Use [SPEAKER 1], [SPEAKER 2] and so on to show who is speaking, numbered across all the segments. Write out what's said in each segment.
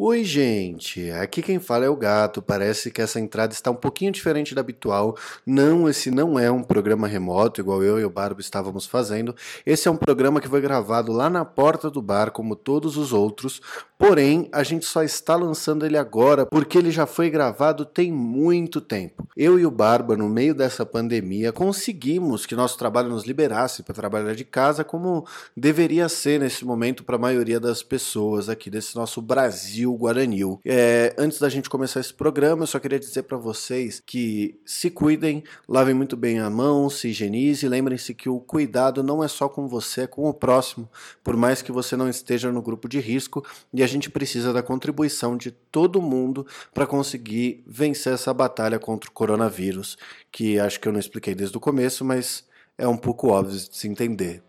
[SPEAKER 1] Oi, gente! Aqui quem fala é o gato. Parece que essa entrada está um pouquinho diferente da habitual. Não, esse não é um programa remoto, igual eu e o Barbo estávamos fazendo. Esse é um programa que foi gravado lá na porta do bar, como todos os outros. Porém, a gente só está lançando ele agora porque ele já foi gravado tem muito tempo. Eu e o Barba, no meio dessa pandemia, conseguimos que nosso trabalho nos liberasse para trabalhar de casa, como deveria ser nesse momento para a maioria das pessoas aqui desse nosso Brasil. Guaranil. É, antes da gente começar esse programa, eu só queria dizer para vocês que se cuidem, lavem muito bem a mão, se higienize, lembrem-se que o cuidado não é só com você, é com o próximo, por mais que você não esteja no grupo de risco, e a gente precisa da contribuição de todo mundo para conseguir vencer essa batalha contra o coronavírus, que acho que eu não expliquei desde o começo, mas é um pouco óbvio de se entender.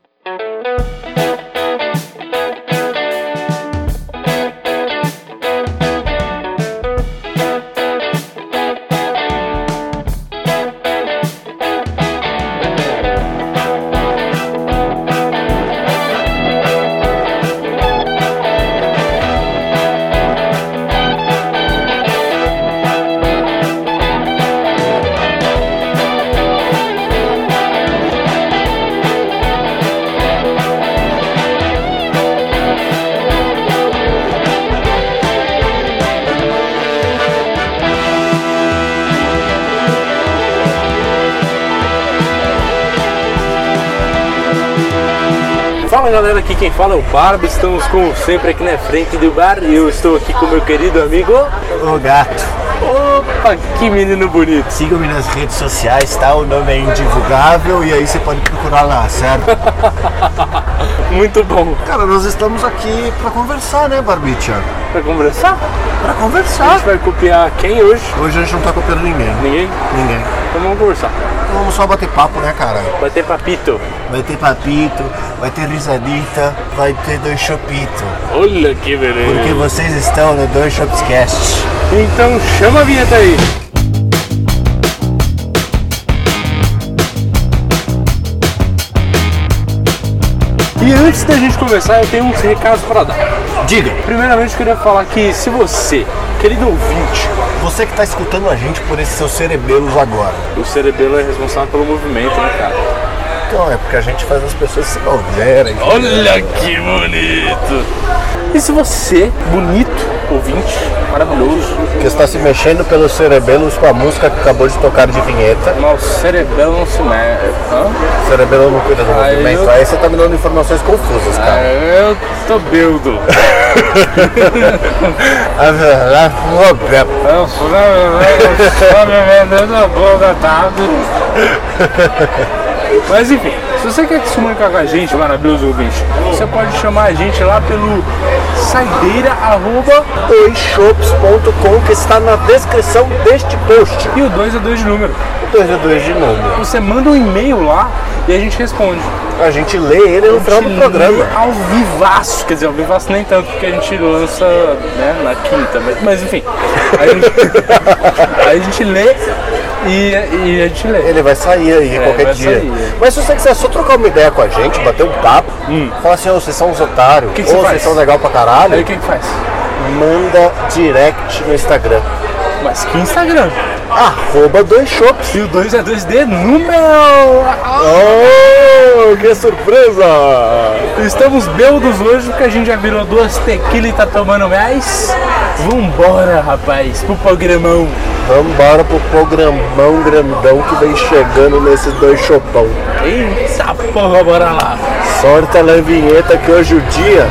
[SPEAKER 2] Fala galera, aqui quem fala é o Barba, estamos como sempre aqui na frente do bar e eu estou aqui com meu querido amigo.
[SPEAKER 3] O gato.
[SPEAKER 2] Opa, que menino bonito!
[SPEAKER 3] Sigam-me nas redes sociais, tá? O nome é indivulgável e aí você pode procurar lá, certo?
[SPEAKER 2] Muito bom
[SPEAKER 3] Cara, nós estamos aqui pra conversar, né, Barbicha?
[SPEAKER 2] pra conversar.
[SPEAKER 3] Pra
[SPEAKER 2] A
[SPEAKER 3] conversar.
[SPEAKER 2] gente vai copiar quem hoje?
[SPEAKER 3] Hoje a gente não tá copiando ninguém.
[SPEAKER 2] Ninguém?
[SPEAKER 3] Ninguém.
[SPEAKER 2] Então vamos conversar.
[SPEAKER 3] Então vamos só bater papo, né, cara?
[SPEAKER 2] Vai ter papito.
[SPEAKER 3] Vai ter papito, vai ter risadita, vai ter dois chopito.
[SPEAKER 2] Olha que beleza.
[SPEAKER 3] Porque vocês estão no Dois Shopscast.
[SPEAKER 2] Então chama a vinheta aí. E antes da gente começar, eu tenho uns recados para dar.
[SPEAKER 3] Diga,
[SPEAKER 2] Primeiramente, eu queria falar que se você, querido ouvinte,
[SPEAKER 3] você que tá escutando a gente por esses seus cerebelos agora.
[SPEAKER 2] o cerebelo é responsável pelo movimento, né, cara?
[SPEAKER 3] Então é porque a gente faz as pessoas se moverem.
[SPEAKER 2] Olha que bonito! E se você, bonito ouvinte, maravilhoso,
[SPEAKER 3] que está se mexendo pelos cerebelos com a música que acabou de tocar de vinheta.
[SPEAKER 2] mas o cerebelo não se mexe, hã?
[SPEAKER 3] O cerebelo não cuida do
[SPEAKER 2] Aí
[SPEAKER 3] movimento.
[SPEAKER 2] eu-
[SPEAKER 3] Aí você tá me dando informações confusas, cara.
[SPEAKER 2] Ah, eu tô beldo. Ah, Eu sou né? da boca, tá? né? Mas enfim, se você quer se comunicar com a gente, maravilhoso ouvinte, você pode chamar a gente lá pelo saideira, arroba,
[SPEAKER 3] Doisshops.com que está na descrição deste post.
[SPEAKER 2] e o 2 é 2 de número.
[SPEAKER 3] 2 e 2 de número.
[SPEAKER 2] Você manda um e-mail lá e a gente responde.
[SPEAKER 3] A gente lê ele no final do
[SPEAKER 2] Te
[SPEAKER 3] programa.
[SPEAKER 2] lê Ao vivaço, quer dizer, ao vivaço nem tanto, porque a gente lança né, na quinta, mas, mas enfim. A gente, aí a gente lê e, e a gente lê.
[SPEAKER 3] Ele vai sair aí qualquer
[SPEAKER 2] É, vai
[SPEAKER 3] dia.
[SPEAKER 2] sair.
[SPEAKER 3] Mas se você quiser só trocar uma ideia com a gente, bater um papo, falar assim, ô, vocês são uns otários,
[SPEAKER 2] Hum. Que que
[SPEAKER 3] ou
[SPEAKER 2] você
[SPEAKER 3] vocês
[SPEAKER 2] faz?
[SPEAKER 3] são legal pra caralho,
[SPEAKER 2] Aí o que que faz?
[SPEAKER 3] manda direct no Instagram.
[SPEAKER 2] Mas que Instagram?
[SPEAKER 3] Arroba dois shops.
[SPEAKER 2] E o 2 é 2D número! Ah,
[SPEAKER 3] Oh, que surpresa!
[SPEAKER 2] Estamos beldos hoje porque a gente já virou duas tequilas e tá tomando mais. Vambora, rapaz, pro programão.
[SPEAKER 3] Vambora pro programão grandão que vem chegando nesses dois chopão.
[SPEAKER 2] Eita porra, bora lá.
[SPEAKER 3] Sorta na vinheta que hoje o dia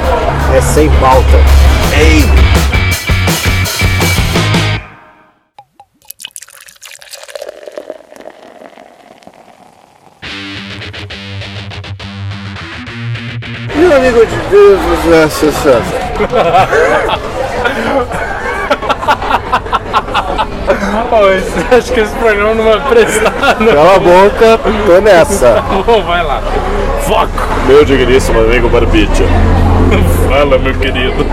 [SPEAKER 3] é sem pauta. Ei! Meu amigo de Deus, José Sessana.
[SPEAKER 2] Ô, acho que esse programa não vai prestar, não.
[SPEAKER 3] Cala a boca, tô nessa.
[SPEAKER 2] Bom, vai lá. Foco!
[SPEAKER 3] Meu digníssimo amigo Barbicha.
[SPEAKER 2] Fala, meu querido.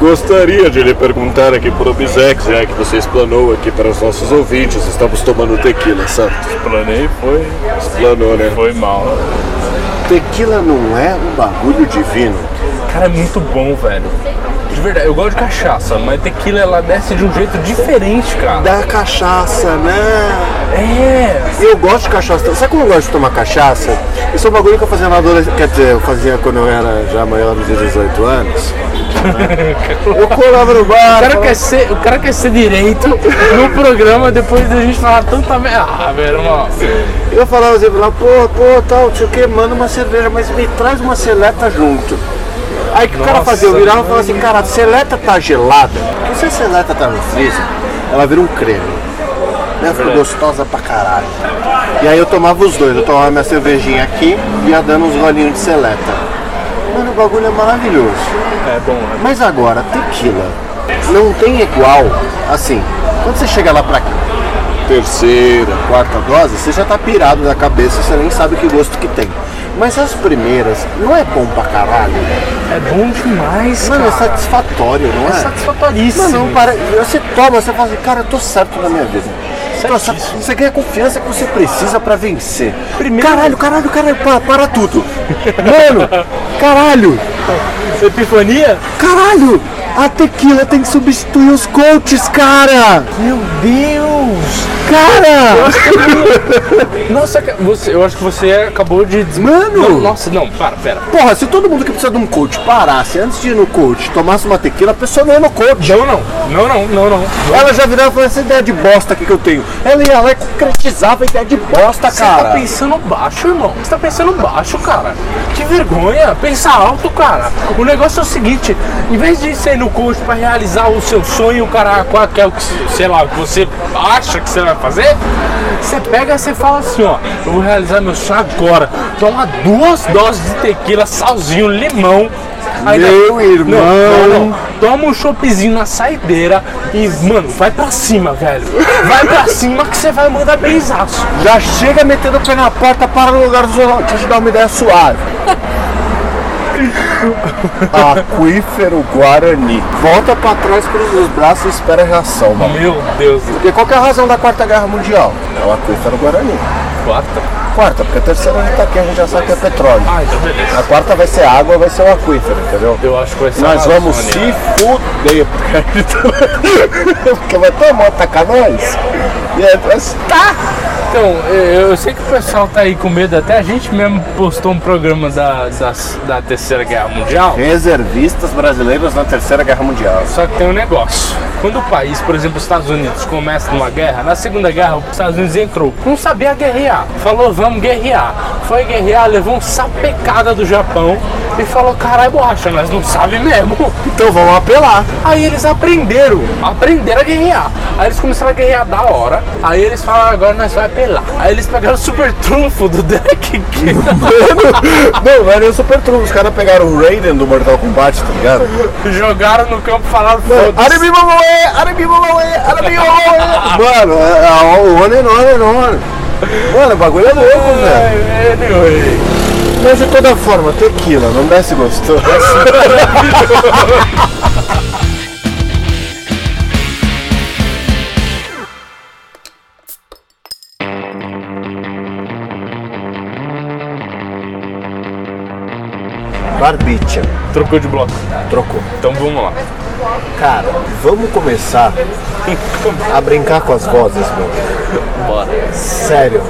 [SPEAKER 3] Gostaria de lhe perguntar aqui por Obsex, já que você explanou aqui para os nossos ouvintes, estamos tomando tequila, certo?
[SPEAKER 2] Planei foi,
[SPEAKER 3] Explanou, né?
[SPEAKER 2] foi mal.
[SPEAKER 3] Tequila não é um bagulho divino.
[SPEAKER 2] Cara, é muito bom, velho. De verdade, eu gosto de cachaça, mas tequila ela desce de um jeito diferente, cara.
[SPEAKER 3] Da cachaça, né?
[SPEAKER 2] É,
[SPEAKER 3] Eu gosto de cachaça. Sabe como eu gosto de tomar cachaça? Isso é um bagulho que eu fazia na adolescência. Quer dizer, eu fazia quando eu era já maior de 18 anos. Eu colava no bar.
[SPEAKER 2] o cara,
[SPEAKER 3] falava,
[SPEAKER 2] quer ser, o cara quer ser direito no programa depois da gente falar tanta merda. Ah, velho, irmão.
[SPEAKER 3] Eu falava sempre lá, pô, pô, tal, não sei o que, manda uma cerveja, mas me traz uma seleta junto. Aí o que o cara
[SPEAKER 2] Nossa,
[SPEAKER 3] fazia? Eu virava e falava assim, cara, a seleta tá gelada, porque se a seleta tá no freezer, ela vira um creme. Né? Ficou gostosa pra caralho. E aí eu tomava os dois, eu tomava minha cervejinha aqui e ia dando uns golinhos de seleta. Mano, o bagulho é maravilhoso.
[SPEAKER 2] É bom, né?
[SPEAKER 3] Mas agora, tequila não tem igual, assim, quando você chega lá pra terceira, quarta dose, você já tá pirado da cabeça, você nem sabe que gosto que tem. Mas as primeiras, não é bom pra caralho?
[SPEAKER 2] É bom demais,
[SPEAKER 3] Mano, é
[SPEAKER 2] cara.
[SPEAKER 3] satisfatório, não é?
[SPEAKER 2] É satisfatoríssimo.
[SPEAKER 3] Mano, não para... você toma, você fala assim, cara, eu tô certo na minha vida.
[SPEAKER 2] Certíssimo.
[SPEAKER 3] Tô certo. Você ganha a confiança que você precisa pra vencer.
[SPEAKER 2] Primeiro-
[SPEAKER 3] Caralho, caralho, caralho, para, para tudo. Mano, caralho.
[SPEAKER 2] Epifania?
[SPEAKER 3] Caralho! A tequila tem que substituir os coaches, cara!
[SPEAKER 2] Meu Deus!
[SPEAKER 3] Cara!
[SPEAKER 2] Nossa, ca- você, eu acho que você acabou de. des-
[SPEAKER 3] Mano!
[SPEAKER 2] Não, nossa, não, para, pera.
[SPEAKER 3] Porra, se todo mundo que precisa de um coach parasse antes de ir no coach, tomasse uma tequila, a pessoa não ia no coach.
[SPEAKER 2] Não, não, não, não, não, não.
[SPEAKER 3] Ela já virava e falava, essa ideia de bosta aqui que eu tenho. Ela ia lá e concretizava a ideia de bosta,
[SPEAKER 2] Você tá
[SPEAKER 3] cara.
[SPEAKER 2] pensando baixo, irmão. Você tá pensando baixo, cara. Que vergonha. Pensa alto, cara. O negócio é o seguinte: em vez de ser no coach pra realizar o seu sonho, cara, qual que é o que, sei lá, o que você acha que você vai fazer, você pega e você fala assim: ó, eu vou realizar meu sonho agora. Toma duas doses de tequila, salzinho, limão. ainda-
[SPEAKER 3] Meu irmão.
[SPEAKER 2] Não, não, não. Toma um choppzinho na saideira e, mano, vai pra cima, velho. Vai pra cima que você vai mandar benzaço.
[SPEAKER 3] Já chega metendo o pé na porta, para no lugar do jornal. Deixa eu te dar uma ideia suave. Aquífero Guarani. Volta pra trás pelos braços e espera a reação, mano.
[SPEAKER 2] Meu Deus do
[SPEAKER 3] Porque qual que é a razão da Quarta Guerra Mundial? É o aquífero Guarani.
[SPEAKER 2] quarto.
[SPEAKER 3] Quarta, porque a terceira já tá aqui, a gente já sabe que é petróleo.
[SPEAKER 2] Ah, então beleza.
[SPEAKER 3] A quarta vai ser água, vai ser o aquífero, entendeu?
[SPEAKER 2] Eu acho que vai ser
[SPEAKER 3] Nós
[SPEAKER 2] a
[SPEAKER 3] vamos
[SPEAKER 2] Amazônia.
[SPEAKER 3] se fuder, porque- porque vai tomar atacar nós. E aí, nós- tá!
[SPEAKER 2] Então, eu eu sei que o pessoal tá aí com medo, até a gente mesmo postou um programa da, das- da Terceira Guerra Mundial.
[SPEAKER 3] Reservistas brasileiros na Terceira Guerra Mundial.
[SPEAKER 2] Só que tem um negócio. Quando o país, por exemplo, os Estados Unidos, começa numa guerra, na Segunda Guerra, os Estados Unidos entrou. Não sabia guerrear. Falou, vamos guerrear. Foi guerrear, levou um sapecada do Japão e falou, caralho, borracha, nós não sabe mesmo.
[SPEAKER 3] Então vamos apelar.
[SPEAKER 2] Aí eles aprenderam, aprenderam a guerrear. Aí eles começaram a guerrear da hora. Aí eles falaram, agora nós vamos apelar. Aí eles pegaram o super trunfo do deck.
[SPEAKER 3] Não, velho, é super truco. Os caras pegaram o Raiden do Mortal Kombat, tá ligado?
[SPEAKER 2] jogaram no campo e falaram, foda-se.
[SPEAKER 3] Arabi Mamaue, Arabi Mamaue, Arabi Mamaue. Mano, é- é o on and on and on. Mano, o bagulho é louco, velho.
[SPEAKER 2] Ai, anyway.
[SPEAKER 3] Mas de toda forma, tequila, não desce gostoso. Barbicha,
[SPEAKER 2] Trocou de bloco.
[SPEAKER 3] trocou.
[SPEAKER 2] Então vamos lá.
[SPEAKER 3] Cara, vamos começar a brincar com as vozes, meu.
[SPEAKER 2] Bora.
[SPEAKER 3] Sério.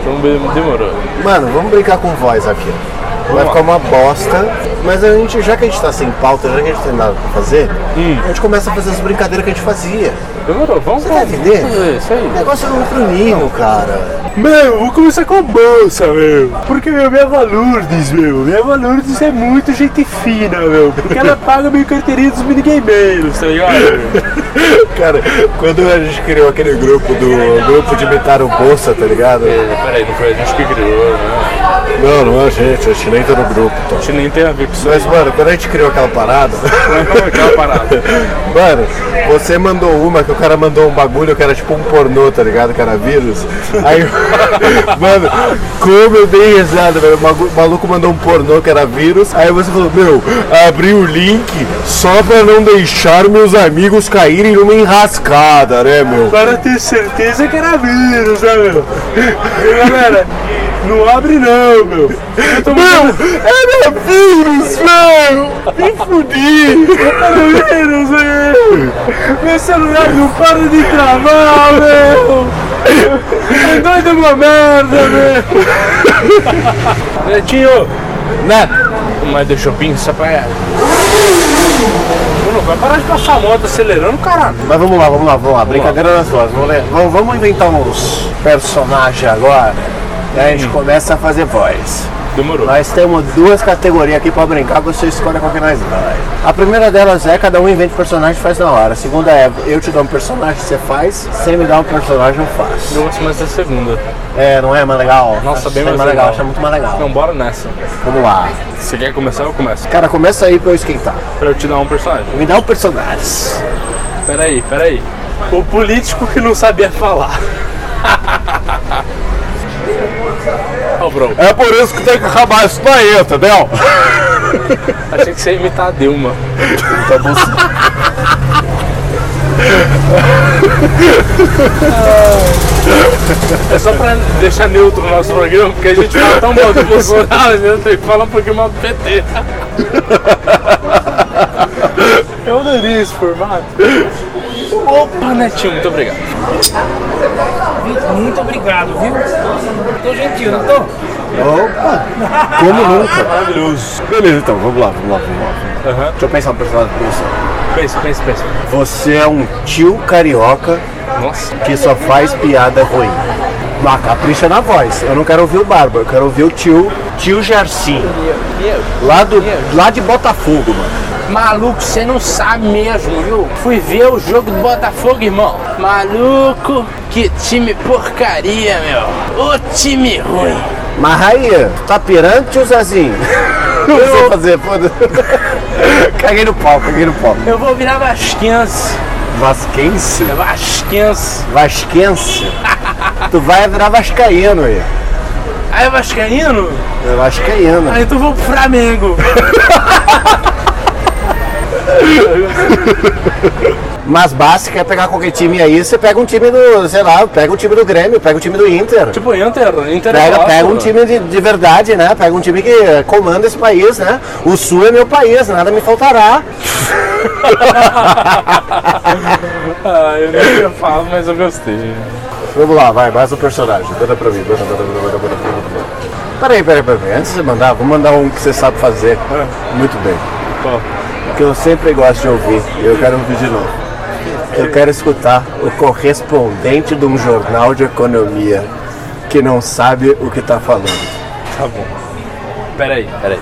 [SPEAKER 2] Então be- demorou.
[SPEAKER 3] Mano, vamos brincar com voz aqui. Vai
[SPEAKER 2] lá.
[SPEAKER 3] ficar uma bosta, mas a gente, já que a gente tá sem pauta, já que a gente não tem nada pra fazer,
[SPEAKER 2] Hum.
[SPEAKER 3] a gente começa a fazer as brincadeiras que a gente fazia.
[SPEAKER 2] Demorou, vamos
[SPEAKER 3] Tá
[SPEAKER 2] vamos
[SPEAKER 3] entendendo?
[SPEAKER 2] fazer É, isso aí.
[SPEAKER 3] O negócio é outro nível, cara.
[SPEAKER 2] Meu, vou começar com a bolsa, meu. Porque, meu, minha Valurdes, meu. Minha Valurdes é muito gente fina, meu. Porque ela paga minha carteirinha dos minigameiros, tá ligado?
[SPEAKER 3] Cara, quando a gente criou aquele grupo do grupo de imitar o Bolsa, tá ligado?
[SPEAKER 2] Peraí, não foi a gente que criou, né?
[SPEAKER 3] Não, não é gente, a gente nem tá no grupo,
[SPEAKER 2] A
[SPEAKER 3] tá?
[SPEAKER 2] gente nem tem a ver com isso. né?
[SPEAKER 3] Mas, mano, quando a gente criou aquela parada.
[SPEAKER 2] Como é que é uma parada?
[SPEAKER 3] Mano, você mandou uma que o cara mandou um bagulho que era tipo um pornô, tá ligado? Que era vírus. Aí, mano, como eu dei risada, velho. O magu- o maluco mandou um pornô que era vírus. Aí você falou, meu, abri o link só pra não deixar meus amigos caírem numa enrascada, né, meu?
[SPEAKER 2] Para ter certeza que era vírus, né, meu? E, Galera, Não abre não, meu. Eu tô
[SPEAKER 3] Não,
[SPEAKER 2] muito-
[SPEAKER 3] era vírus, meu! Me fudi!
[SPEAKER 2] Meu Deus, meu. Meu celular não para de travar, meu. É doido uma merda, meu. Netinho. Neto. Né? Mas deixa eu pensar pra ela. Não vai parar de passar a moto acelerando, caralho.
[SPEAKER 3] Mas vamos lá, vamos lá, vamos lá. Brincadeira nas suas. Vamos, le- vamos- vamos inventar uns personagens agora. E aí a
[SPEAKER 2] Hum.
[SPEAKER 3] gente começa a fazer voz.
[SPEAKER 2] Demorou.
[SPEAKER 3] Nós temos duas categorias aqui pra brincar, você escolhe qual que nós vai. A primeira delas é cada um inventa um personagem e faz na hora. A segunda é eu te dou um personagem, você faz. Você me dá um personagem, eu faço.
[SPEAKER 2] Eu gosto mais da segunda.
[SPEAKER 3] É, não é mais é legal?
[SPEAKER 2] Nossa,
[SPEAKER 3] Acho
[SPEAKER 2] bem
[SPEAKER 3] isso aí
[SPEAKER 2] mais legal.
[SPEAKER 3] Acho muito mais legal.
[SPEAKER 2] Então bora nessa.
[SPEAKER 3] Vamos lá.
[SPEAKER 2] Você quer começar ou começa?
[SPEAKER 3] Cara, começa aí pra eu esquentar.
[SPEAKER 2] Pra eu te dar um personagem.
[SPEAKER 3] Me dá um personagem.
[SPEAKER 2] Peraí, peraí. O político que não sabia falar. Ó, bro,
[SPEAKER 3] É por isso que tem que acabar isso daí, entendeu?
[SPEAKER 2] achei que você ia imitar a Dilma. É só pra deixar neutro o nosso programa, porque a gente fala tão mal do Bolsonaro, a gente tem que falar um pouquinho mal do PT. Eu adorei esse É um formato. Opa, Netinho, muito obrigado.
[SPEAKER 4] Muito obrigado, viu? Tô gentil, não tô?
[SPEAKER 3] Opa! Como nunca? Ah, Maravilhoso. Beleza, então, vamos lá, vamos lá, vamos lá.
[SPEAKER 2] Aham.
[SPEAKER 3] Deixa eu pensar um personagem pra você.
[SPEAKER 2] Pensa, pensa, pensa.
[SPEAKER 3] Você é um tio carioca
[SPEAKER 2] Nossa.
[SPEAKER 3] que só faz piada ruim. Lá, capricha na voz. Eu não quero ouvir o Barba, eu quero ouvir o tio, tio Jarcinho. Lá, do, lá de Botafogo, mano.
[SPEAKER 4] Maluco, você não sabe mesmo, viu? Fui ver o jogo do Botafogo, irmão. Maluco, que time porcaria, meu. Ô time ruim.
[SPEAKER 3] Mas aí, tá pirante, tio Zezinho? Não sei fazer, foda Caguei no pau, caguei no pau.
[SPEAKER 4] Eu vou virar Vasquense.
[SPEAKER 3] Vasquense?
[SPEAKER 4] Vasquense.
[SPEAKER 3] Vasquense? tu vai virar vascaíno aí.
[SPEAKER 4] Aí é Vascaíno?
[SPEAKER 3] É vascaíno.
[SPEAKER 4] Aí tu vou pro Flamengo.
[SPEAKER 3] Mas basta, quer pegar qualquer time aí, você pega um time do, sei lá, pega um time do Grêmio, pega um time do Inter.
[SPEAKER 2] Tipo, Inter, Inter é
[SPEAKER 3] Pega,
[SPEAKER 2] clássico,
[SPEAKER 3] pega um
[SPEAKER 2] mano.
[SPEAKER 3] time de, de verdade, né? Pega um time que eh, comanda esse país, né? O Sul é meu país, nada me faltará.
[SPEAKER 2] Ah, eu não ia falar, mas eu gostei.
[SPEAKER 3] Vamos lá, vai, mais um personagem. Manda pra mim, manda, manda, manda, manda, manda, manda. Peraí, peraí, peraí. Antes de você mandar, vou mandar um que você sabe fazer muito bem.
[SPEAKER 2] Qual?
[SPEAKER 3] Que eu sempre gosto de ouvir e eu quero ouvir de novo. Eu quero escutar o correspondente de um jornal de economia que não sabe o que tá falando.
[SPEAKER 2] Tá bom. Peraí, peraí.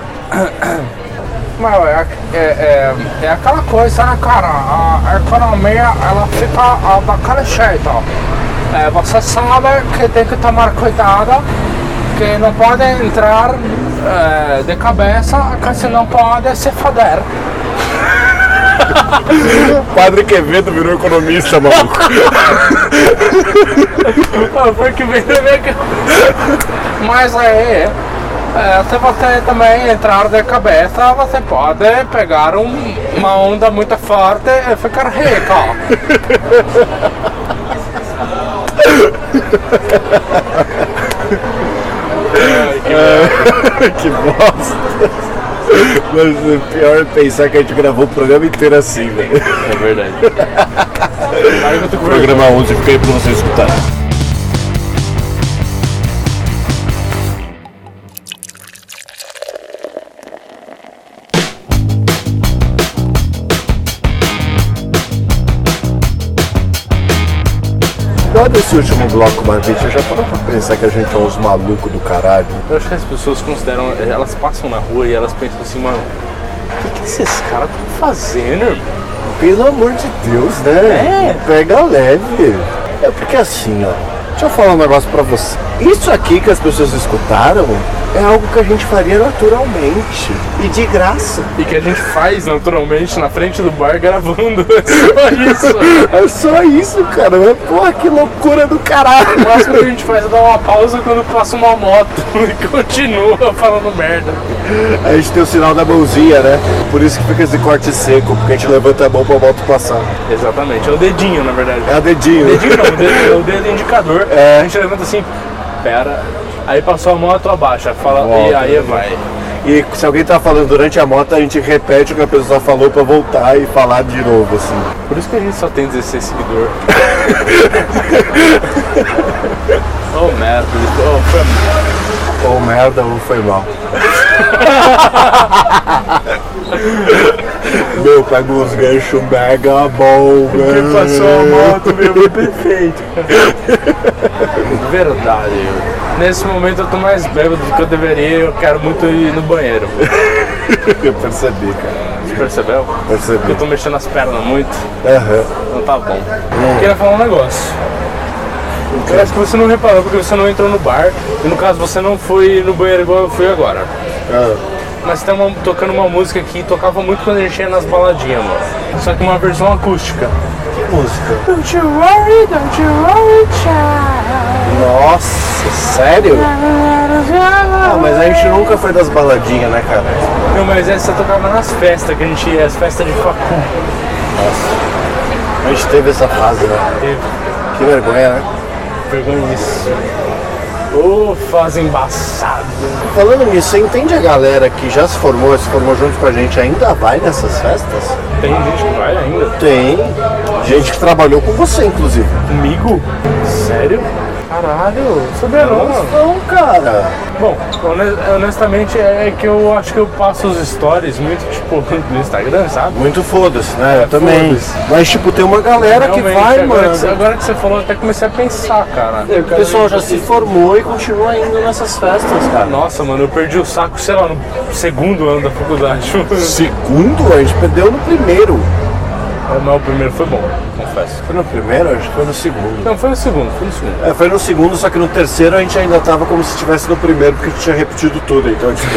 [SPEAKER 2] Mas é, é, é, é aquela coisa, né, cara? A economia, ela fica ah, daquele jeito. É, você sabe que tem que tomar cuidado, que não pode entrar é, de cabeça, que senão pode se foder.
[SPEAKER 3] Padre Quevedo virou economista, maluco.
[SPEAKER 2] Ah, Foi que veio na minha cabeça. Mas aí, é, se você também entrar de cabeça, você pode pegar um- uma onda muito forte e ficar rico.
[SPEAKER 3] que bosta. Mas o pior é pensar que a gente gravou o programa inteiro assim, velho.
[SPEAKER 2] É verdade.
[SPEAKER 3] Programa 11 fiquei pra você escutar. Olha esse último bloco, Marvite. Eu já parou pra pensar que a gente é uns malucos do caralho.
[SPEAKER 2] Eu acho que as pessoas consideram, eh, elas passam na rua e elas pensam assim, mano, o que, que esses caras estão fazendo, irmão?
[SPEAKER 3] Pelo amor de Deus, né? Pega leve. É porque assim, ó. Deixa eu falar um negócio pra você. Isso aqui que as pessoas escutaram é algo que a gente faria naturalmente. E de graça.
[SPEAKER 2] E que a gente faz naturalmente na frente do bar gravando. É só isso.
[SPEAKER 3] É só isso, cara. Mas, porra, que loucura do
[SPEAKER 2] O
[SPEAKER 3] caralho.
[SPEAKER 2] máximo que a gente faz é dar uma pausa quando passa uma moto e continua falando merda.
[SPEAKER 3] A gente tem o sinal da mãozinha, né? Por isso que fica esse corte seco, porque a gente levanta a mão pra moto passar.
[SPEAKER 2] Exatamente, é o dedinho, na verdade.
[SPEAKER 3] É a dedinho.
[SPEAKER 2] Dedinho não, o dedo, é o dedo indicador.
[SPEAKER 3] É.
[SPEAKER 2] A gente levanta assim, pera, Aí passou a moto abaixa, fala,
[SPEAKER 3] Volta,
[SPEAKER 2] e aí
[SPEAKER 3] né?
[SPEAKER 2] vai.
[SPEAKER 3] E se alguém tá falando durante a moto, a gente repete o que a pessoa falou pra voltar e falar de novo, assim.
[SPEAKER 2] Por isso que a gente só tem 16 seguidores. oh merda, oh, foi
[SPEAKER 3] Ou merda, ou foi mal. Meu, pega uns ganchos mega bom, velho.
[SPEAKER 2] passou a moto mesmo, perfeito. Verdade. Nesse momento eu tô mais bêbado do que eu deveria e eu quero muito ir no banheiro.
[SPEAKER 3] Eu percebi, cara.
[SPEAKER 2] Você percebeu?
[SPEAKER 3] Percebi.
[SPEAKER 2] Eu tô mexendo as pernas muito,
[SPEAKER 3] Aham.
[SPEAKER 2] então tá bom. Queria falar um negócio. Eu acho que você não reparou porque você não entrou no bar e no caso você não foi no banheiro igual eu fui agora. Mas tem uma, tocando uma música que tocava muito quando a gente ia nas baladinhas, mano. Só que uma versão acústica.
[SPEAKER 3] Que música?
[SPEAKER 5] Don't you worry, don't you worry, child.
[SPEAKER 3] Nossa, sério? Ah, mas a gente nunca foi das baladinhas, né, cara?
[SPEAKER 2] Não, mas essa tocava nas festas que a gente ia, as festas de facu.
[SPEAKER 3] A gente teve essa fase, né?
[SPEAKER 2] Teve
[SPEAKER 3] Que vergonha, né?
[SPEAKER 2] vergonha isso. Ô, fase embaçada.
[SPEAKER 3] Falando nisso, você entende a galera que já se formou, se formou junto com a gente, ainda vai nessas festas?
[SPEAKER 2] Tem gente que vai ainda?
[SPEAKER 3] Tem. Gente que trabalhou com você, inclusive.
[SPEAKER 2] Comigo? Sério? Caralho, soberano.
[SPEAKER 3] Não, cara.
[SPEAKER 2] Bom, hone- honestamente é que eu acho que eu passo os stories muito, tipo, no Instagram, sabe?
[SPEAKER 3] Muito foda-se, né? Eu também.
[SPEAKER 2] foda-se.
[SPEAKER 3] Mas, tipo, tem uma galera que
[SPEAKER 2] Realmente,
[SPEAKER 3] vai,
[SPEAKER 2] agora
[SPEAKER 3] mano.
[SPEAKER 2] Que, você- agora que você falou, eu até comecei a pensar, cara.
[SPEAKER 3] O pessoal já se formou e continua indo nessas festas, cara.
[SPEAKER 2] Nossa, mano, eu perdi o saco, sei lá, no segundo ano da faculdade.
[SPEAKER 3] Segundo, a gente perdeu no primeiro.
[SPEAKER 2] Mas o primeiro foi bom, confesso.
[SPEAKER 3] Foi no primeiro? Acho que foi no segundo.
[SPEAKER 2] Não, foi no segundo, foi no segundo.
[SPEAKER 3] É, foi no segundo, só que no terceiro a gente ainda tava como se estivesse no primeiro, porque a gente tinha repetido tudo, então, tipo.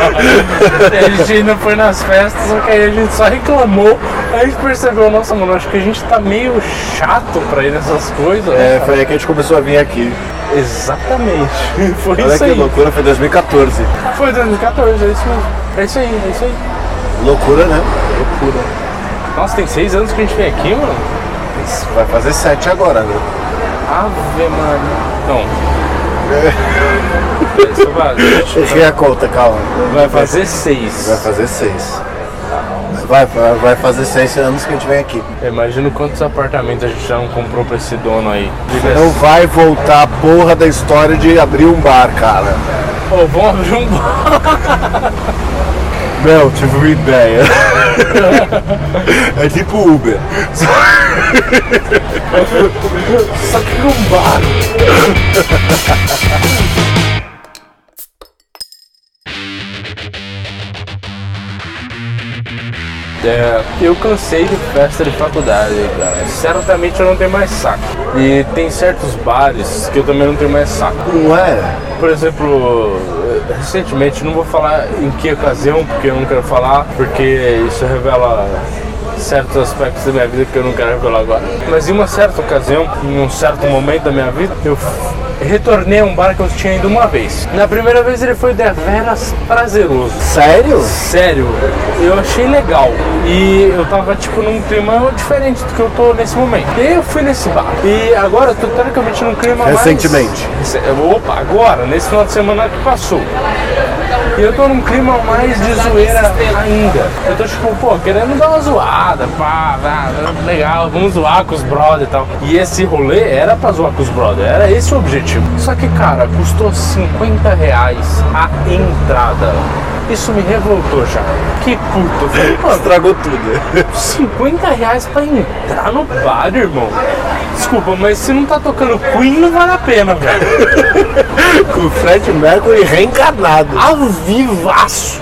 [SPEAKER 2] a gente ainda foi nas festas, só que aí a gente só reclamou. Aí a gente percebeu, nossa, mano, acho que a gente tá meio chato pra ir nessas coisas. né,
[SPEAKER 3] é,
[SPEAKER 2] cara?
[SPEAKER 3] foi aí que a gente começou a vir aqui.
[SPEAKER 2] Exatamente. Foi
[SPEAKER 3] Olha
[SPEAKER 2] isso
[SPEAKER 3] que
[SPEAKER 2] aí.
[SPEAKER 3] loucura, foi 2014.
[SPEAKER 2] Foi 2014, é isso mesmo. É isso aí, é isso aí.
[SPEAKER 3] Loucura, né?
[SPEAKER 2] Nossa, tem seis anos que a gente vem aqui, mano.
[SPEAKER 3] Vai fazer sete agora, né?
[SPEAKER 2] Ave, mano. Não. É Isso vai-
[SPEAKER 3] Cheguei a conta, calma.
[SPEAKER 2] Vai fazer seis.
[SPEAKER 3] Vai fazer seis. Vai, vai, vai fazer seis anos que a gente vem aqui.
[SPEAKER 2] Eu Imagino quantos apartamentos a gente já não comprou pra esse dono aí. assim.
[SPEAKER 3] Não vai voltar a porra da história de abrir um bar, cara.
[SPEAKER 2] Pô, vamos abrir um bar.
[SPEAKER 3] Meu, tive uma ideia. é tipo Uber.
[SPEAKER 2] Só que um bar. É, eu cansei de festa de faculdade, cara. Certamente eu não tenho mais saco. E tem certos bares que eu também não tenho mais saco.
[SPEAKER 3] Não é?
[SPEAKER 2] Por exemplo, recentemente, não vou falar em que ocasião, porque eu não quero falar, porque isso revela certos aspectos da minha vida que eu não quero revelar agora. Mas em uma certa ocasião, em um certo momento da minha vida, eu retornei a um bar que eu tinha ido uma vez. Na primeira vez ele foi deveras prazeroso.
[SPEAKER 3] Sério?
[SPEAKER 2] Sério, eu achei legal. E eu tava tipo num clima diferente do que eu tô nesse momento. E aí eu fui nesse bar. E agora eu tô teoricamente num clima mais-
[SPEAKER 3] Recentemente.
[SPEAKER 2] Rece- Opa, agora, nesse final de semana que passou. E eu tô num clima mais de zoeira ainda. Eu tô tipo, pô, querendo dar uma zoada, pá, pá, legal, vamos zoar com os brother e tal. E esse rolê era pra zoar com os brother, era esse o objetivo. Só que, cara, custou 50 reais a entrada. Isso me revoltou já. Que puto, eu falei, mano,
[SPEAKER 3] Estragou tudo.
[SPEAKER 2] 50 reais pra entrar no bar, irmão. Desculpa, mas se não tá tocando Queen, não vale a pena, velho.
[SPEAKER 3] Com o Fred Mercury reencarnado.
[SPEAKER 2] Ao vivaço.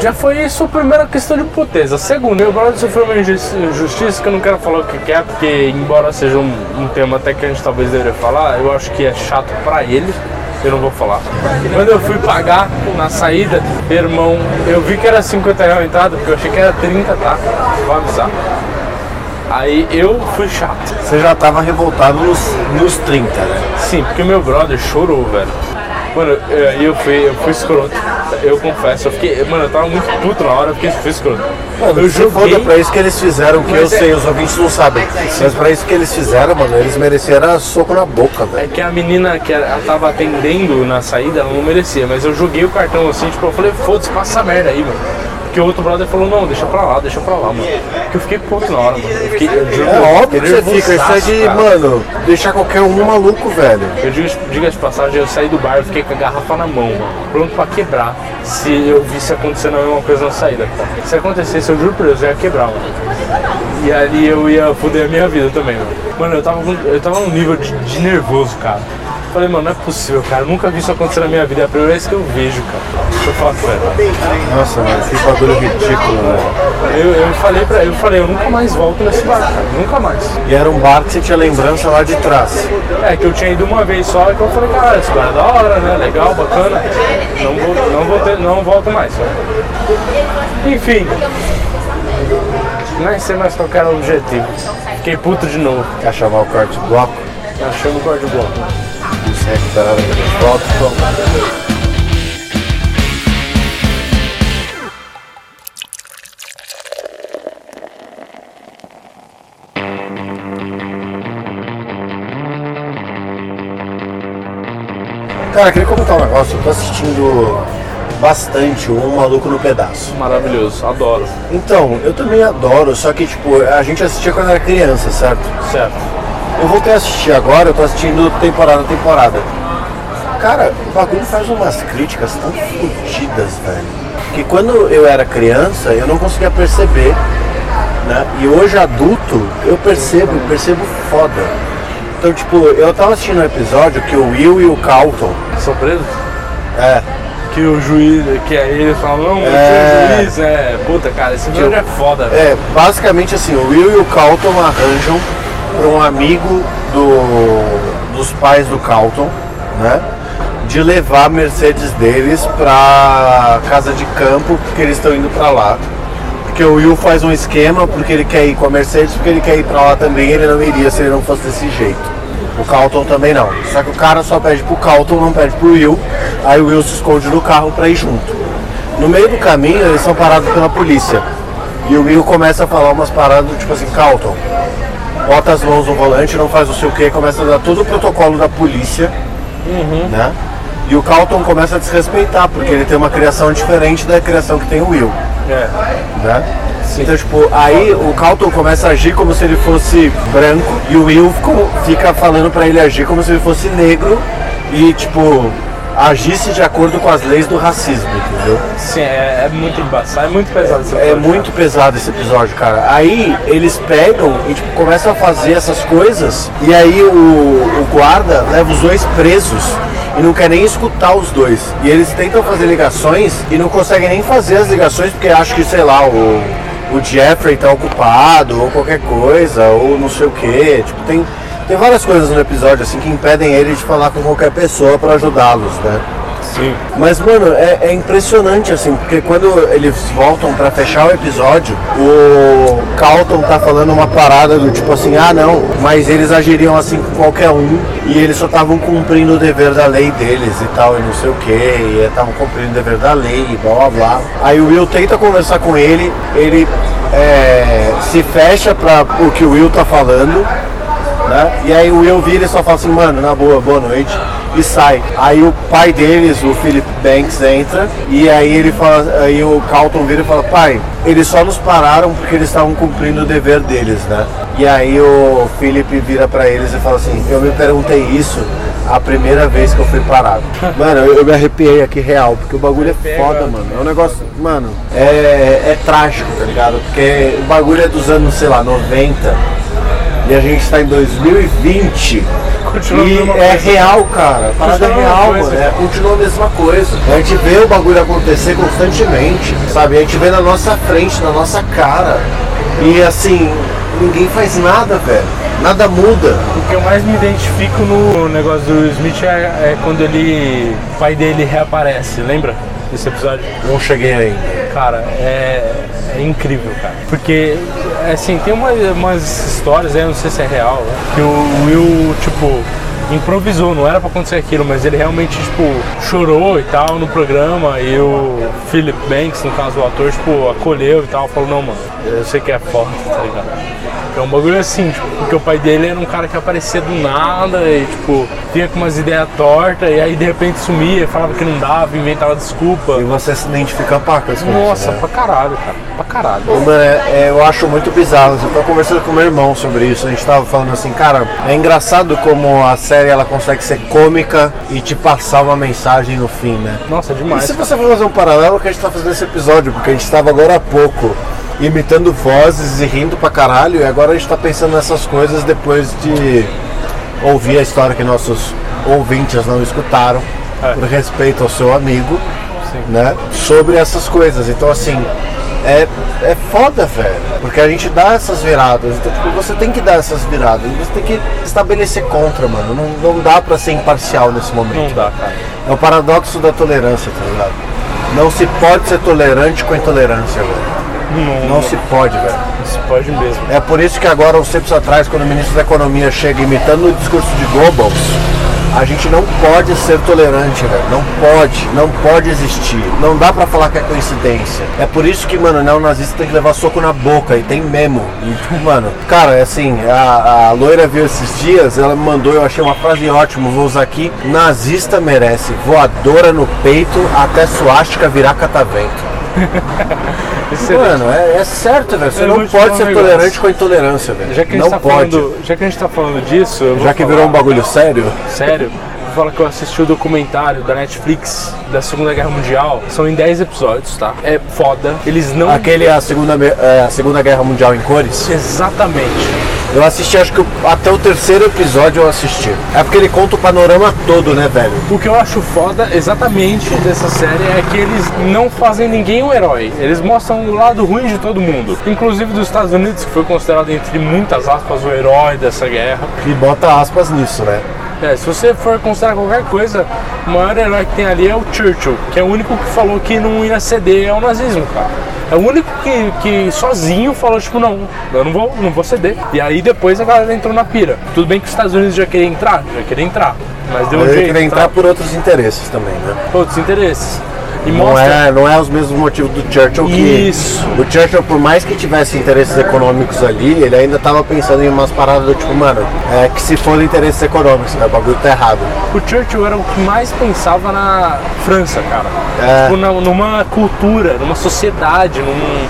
[SPEAKER 2] Já foi isso a primeira questão de potência. Segundo, meu brother sofreu uma injusti- injustiça que eu não quero falar o que que é, porque embora seja um, um tema até que a gente talvez deveria falar, eu acho que é chato pra ele. Eu não vou falar. Quando eu fui pagar na saída, irmão, eu vi que era 50 reais a entrada, porque eu achei que era 30, tá? Vou avisar. Aí eu fui chato.
[SPEAKER 3] Você já tava revoltado nos, nos 30, né?
[SPEAKER 2] Sim, porque meu brother chorou, velho. Mano, é, eu, eu fui, eu fui escroto. Eu confesso, eu fiquei. Mano, eu tava muito puto na hora, eu fiquei fui escroto.
[SPEAKER 3] Mano,
[SPEAKER 2] eu
[SPEAKER 3] se foda
[SPEAKER 2] joguei.
[SPEAKER 3] pra isso que eles fizeram, que eu
[SPEAKER 2] Mas é-
[SPEAKER 3] sei, os ouvintes não sabem. Mas pra isso que eles fizeram, mano, eles mereceram soco na boca, velho.
[SPEAKER 2] É que a menina que ela tava atendendo na saída, ela não merecia, mas eu joguei o cartão assim, tipo, eu falei, foda-se, passa essa merda aí, mano. Porque o outro brother falou, não, deixa pra lá, deixa pra lá, mano. Porque eu fiquei puto na hora, mano. Eu fiquei, eu juro,
[SPEAKER 3] É óbvio que você fica, isso é
[SPEAKER 2] nervosaço,
[SPEAKER 3] de,
[SPEAKER 2] cara.
[SPEAKER 3] mano, deixar qualquer um maluco, velho.
[SPEAKER 2] Eu digo, diga de passagem, eu saí do bar, eu fiquei com a garrafa na mão, mano, pronto pra quebrar. Se eu visse acontecendo a mesma coisa na saída. Se acontecesse, eu juro por Deus, eu ia quebrar, mano. E ali eu ia fuder a minha vida também, mano. Mano, eu tava, com- eu tava num nível de, de nervoso, cara. Falei, mano, não é possível, cara. Eu nunca vi isso acontecer na minha vida. É a primeira vez que eu vejo, cara. Eu falo, sério.
[SPEAKER 3] Nossa, mano, que bagulho ridículo, né? velho.
[SPEAKER 2] Eu, eu falei pra ele, eu falei, eu nunca mais volto nesse bar, cara. Nunca mais.
[SPEAKER 3] E era um bar que você tinha lembrança lá de trás.
[SPEAKER 2] É, que eu tinha ido uma vez só, então eu falei, cara, esse bar é da hora, né? Legal, bacana. Não, vou, não, vou ter- não volto mais. Enfim. Não sei mais qual que era o objetivo. Fiquei puto de novo.
[SPEAKER 3] Quer chamar o corte do bloco?
[SPEAKER 2] Achando o guarda bloco.
[SPEAKER 3] Se recuperaram aqueles blocos. então. Cara, queria comentar um negócio. Eu tô assistindo bastante o Um Maluco no Pedaço.
[SPEAKER 2] Maravilhoso, adoro.
[SPEAKER 3] Então, eu também adoro, só que, tipo, a gente assistia quando era criança, certo?
[SPEAKER 2] Certo.
[SPEAKER 3] Eu voltei a assistir agora, eu tô assistindo temporada a temporada. Cara, o bagulho faz umas críticas tão fodidas, velho. Que quando eu era criança, eu não conseguia perceber, né? E hoje adulto, eu percebo, percebo foda. Então, tipo, eu tava assistindo um episódio que o Will e o Carlton,
[SPEAKER 2] São presos?
[SPEAKER 3] é,
[SPEAKER 2] Que o juiz, que aí ele fala, não, eu
[SPEAKER 3] É.
[SPEAKER 2] sou juiz, é. Puta, cara, esse vídeo é foda, velho.
[SPEAKER 3] É, basicamente assim, o Will e o Carlton arranjam para um amigo do- dos pais do Carlton, né? De levar a Mercedes deles pra casa de campo, porque eles estão indo pra lá. Porque o Will faz um esquema, porque ele quer ir com a Mercedes, porque ele quer ir pra lá também, ele não iria se ele não fosse desse jeito. O Carlton também não. Só que o cara só pede pro Carlton, não pede pro Will. Aí o Will se esconde no carro pra ir junto. No meio do caminho, eles são parados pela polícia. E o Will começa a falar umas paradas, tipo assim, Carlton, bota as mãos no volante, não faz não sei o que, começa a dar todo o protocolo da polícia, né? E o Carlton começa a desrespeitar, porque ele tem uma criação diferente da criação que tem o Will,
[SPEAKER 2] É.
[SPEAKER 3] né? Então, tipo, aí o Carlton começa a agir como se ele fosse branco e o Will ficou- fica falando pra ele agir como se ele fosse negro e, tipo, agisse de acordo com as leis do racismo, entendeu?
[SPEAKER 2] Sim, é, é muito embaçado, é muito pesado esse
[SPEAKER 3] É
[SPEAKER 2] episódio,
[SPEAKER 3] muito pesado esse episódio, cara. Aí eles pegam e tipo, começam a fazer essas coisas e aí o, o guarda leva os dois presos e não quer nem escutar os dois. E eles tentam fazer ligações e não conseguem nem fazer as ligações porque acham que, sei lá, o, o Jeffrey tá ocupado ou qualquer coisa, ou não sei o que. Tipo, tem, tem várias coisas no episódio assim que impedem ele de falar com qualquer pessoa pra ajudá-los, né?
[SPEAKER 2] Sim.
[SPEAKER 3] Mas, mano, é, é impressionante, assim, porque quando eles voltam pra fechar o episódio, o Carlton tá falando uma parada do tipo assim, ah, não, mas eles agiriam assim com qualquer um e eles só estavam cumprindo o dever da lei deles e tal, e não sei o que, e estavam cumprindo o dever da lei e blá blá blá. Aí o Will tenta conversar com ele, ele é, se fecha pra o que o Will tá falando, né? E aí o Will vira e só fala assim, mano, na boa, boa noite. E sai. Aí o pai deles, o Philip Banks, entra. E aí ele fala, aí o Carlton vira e fala, pai, eles só nos pararam porque eles estavam cumprindo o dever deles, né? E aí o Philip vira pra eles e fala assim, eu me perguntei isso a primeira vez que eu fui parado. Mano, eu, eu me arrepiei aqui real, porque o bagulho é foda, mano. É um negócio, mano, é, é trágico, tá ligado? Porque o bagulho é dos anos, sei lá, 90. E a gente está em 2020.
[SPEAKER 2] Continua a
[SPEAKER 3] e
[SPEAKER 2] mesma
[SPEAKER 3] é
[SPEAKER 2] coisa.
[SPEAKER 3] real, cara. A Parada é
[SPEAKER 2] Continua a mesma
[SPEAKER 3] real,
[SPEAKER 2] coisa.
[SPEAKER 3] mano. É, continua a mesma coisa. A gente vê o bagulho acontecer constantemente, sabe? A gente vê na nossa frente, na nossa cara. E assim, ninguém faz nada, velho. Nada muda.
[SPEAKER 2] O que eu mais me identifico no negócio do Smith é, é quando ele. O pai dele reaparece, lembra? Desse episódio?
[SPEAKER 3] Não cheguei ainda.
[SPEAKER 2] Cara, é, é incrível, cara. Porque, né, assim, tem uma- umas histórias aí, eu não sei se é real, que o Will, tipo, improvisou, não era pra acontecer aquilo, mas ele realmente, tipo, chorou e tal no programa. E o Philip Banks, no caso, o ator, tipo, acolheu e tal, falou: Não, mano, eu sei que é foda, tá ligado? É um bagulho assim, tipo, porque o pai dele era um cara que aparecia do nada e, tipo, tinha com umas ideias tortas e aí de repente sumia, falava que não dava, inventava desculpa.
[SPEAKER 3] E você se identifica pá, com as coisas.
[SPEAKER 2] Nossa,
[SPEAKER 3] né?
[SPEAKER 2] pra caralho, cara. Pra caralho.
[SPEAKER 3] Ô, Mano, é- é, eu acho muito bizarro. Eu tava conversando com meu irmão sobre isso. A gente tava falando assim, cara, é engraçado como a série ela consegue ser cômica e te passar uma mensagem no fim, né?
[SPEAKER 2] Nossa, é
[SPEAKER 3] E
[SPEAKER 2] demais.
[SPEAKER 3] se você for fazer um paralelo com o que a gente tá fazendo nesse episódio, porque a gente tava agora há pouco imitando vozes e rindo pra caralho, e agora a gente tá pensando nessas coisas depois de ouvir a história que nossos ouvintes não escutaram,
[SPEAKER 2] É.
[SPEAKER 3] por respeito ao seu amigo, né? Sobre essas coisas. Então assim. É, é foda, velho. Porque a gente dá essas viradas. Então, tipo, você tem que dar essas viradas. Você tem que estabelecer contra, mano. Não, não dá pra ser imparcial nesse momento.
[SPEAKER 2] Não dá, cara.
[SPEAKER 3] É o paradoxo da tolerância, tá ligado? Não se pode ser tolerante com a intolerância, velho.
[SPEAKER 2] Não,
[SPEAKER 3] Não se pode, velho.
[SPEAKER 2] se pode mesmo.
[SPEAKER 3] É por isso que agora, uns tempos atrás, quando o ministro da Economia chega imitando o discurso de Goebbels, a gente não pode ser tolerante, velho. Não pode, não pode existir. Não dá pra falar que é coincidência. É por isso que, mano, não, nazista tem que levar soco na boca e tem memo. E, tipo, mano, cara, é assim, a, a loira viu esses dias, ela me mandou, eu achei uma frase ótima, vou usar aqui. Nazista merece voadora no peito até suástica virar catavento. Mano, é, é certo, velho. Você
[SPEAKER 2] Eu
[SPEAKER 3] não
[SPEAKER 2] vou te
[SPEAKER 3] pode
[SPEAKER 2] falar um
[SPEAKER 3] ser
[SPEAKER 2] negócio.
[SPEAKER 3] tolerante com a intolerância, velho.
[SPEAKER 2] Já que, a gente
[SPEAKER 3] não
[SPEAKER 2] tá
[SPEAKER 3] pode.
[SPEAKER 2] Falando, já que a gente tá falando disso, eu vou
[SPEAKER 3] Já que
[SPEAKER 2] falar,
[SPEAKER 3] virou um bagulho sério,
[SPEAKER 2] sério, vou falar que eu assisti o documentário da Netflix da Segunda Guerra Mundial. São em 10 episódios, tá? É foda. Eles não.
[SPEAKER 3] aquele a segunda, Me- é, a segunda Guerra Mundial em cores,
[SPEAKER 2] Exatamente.
[SPEAKER 3] eu assisti acho que o- até o terceiro episódio eu assisti. É porque ele conta o panorama todo, né, velho?
[SPEAKER 2] O que eu acho foda exatamente dessa série é que eles não fazem ninguém um herói. Eles mostram o lado ruim de todo mundo. Inclusive dos Estados Unidos, que foi considerado, entre muitas aspas, o herói dessa guerra.
[SPEAKER 3] E bota aspas nisso, né?
[SPEAKER 2] É, se você for considerar qualquer coisa, o maior herói que tem ali é o Churchill, que é o único que falou que não ia ceder ao nazismo, cara. É o único que, que sozinho falou, tipo, não, eu não vou, não vou ceder. E aí depois a galera entrou na pira. Tudo bem que os Estados Unidos já queria entrar, já queria entrar. Mas deu um
[SPEAKER 3] Ele
[SPEAKER 2] jeito.
[SPEAKER 3] queria entrar
[SPEAKER 2] tá?
[SPEAKER 3] por outros interesses também, né?
[SPEAKER 2] outros interesses. E
[SPEAKER 3] Não
[SPEAKER 2] mostra.
[SPEAKER 3] é, não é os mesmos motivos do Churchill que.
[SPEAKER 2] Isso.
[SPEAKER 3] O Churchill, por mais que tivesse interesses econômicos ali, ele ainda tava pensando em umas paradas do tipo, mano, é que se for interesses econômicos, né? O bagulho tá errado.
[SPEAKER 2] O Churchill era o que mais pensava na França, cara.
[SPEAKER 3] É.
[SPEAKER 2] Tipo, na- numa cultura, numa sociedade, num,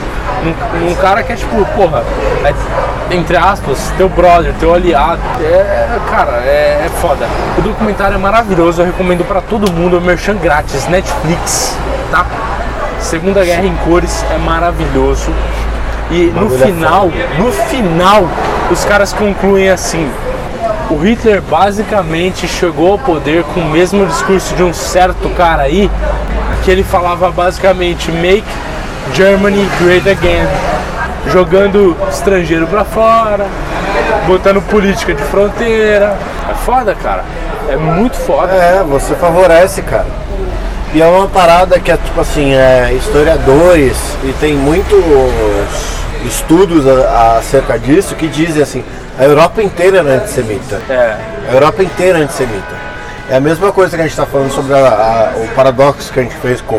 [SPEAKER 2] num, num cara que é tipo, porra, é, entre aspas, teu brother, teu aliado. É, cara, é, é foda. O documentário é maravilhoso, eu recomendo pra todo mundo. É o Merchan grátis, Netflix, tá? Segunda Guerra em Cores é maravilhoso. E no
[SPEAKER 3] Bagulho é
[SPEAKER 2] final, no final, os caras concluem assim. O Hitler basicamente chegou ao poder com o mesmo discurso de um certo cara aí, que ele falava basicamente Make Germany Great Again, jogando estrangeiro pra fora, botando política de fronteira. É foda, cara. É muito foda.
[SPEAKER 3] É, você favorece, cara. E é uma parada que é tipo assim, é, historiadores e tem muitos estudos a- acerca disso que dizem assim, a Europa inteira era antissemita.
[SPEAKER 2] É.
[SPEAKER 3] A Europa inteira é antissemita. É a mesma coisa que a gente está falando sobre a- a- o paradoxo que a gente fez com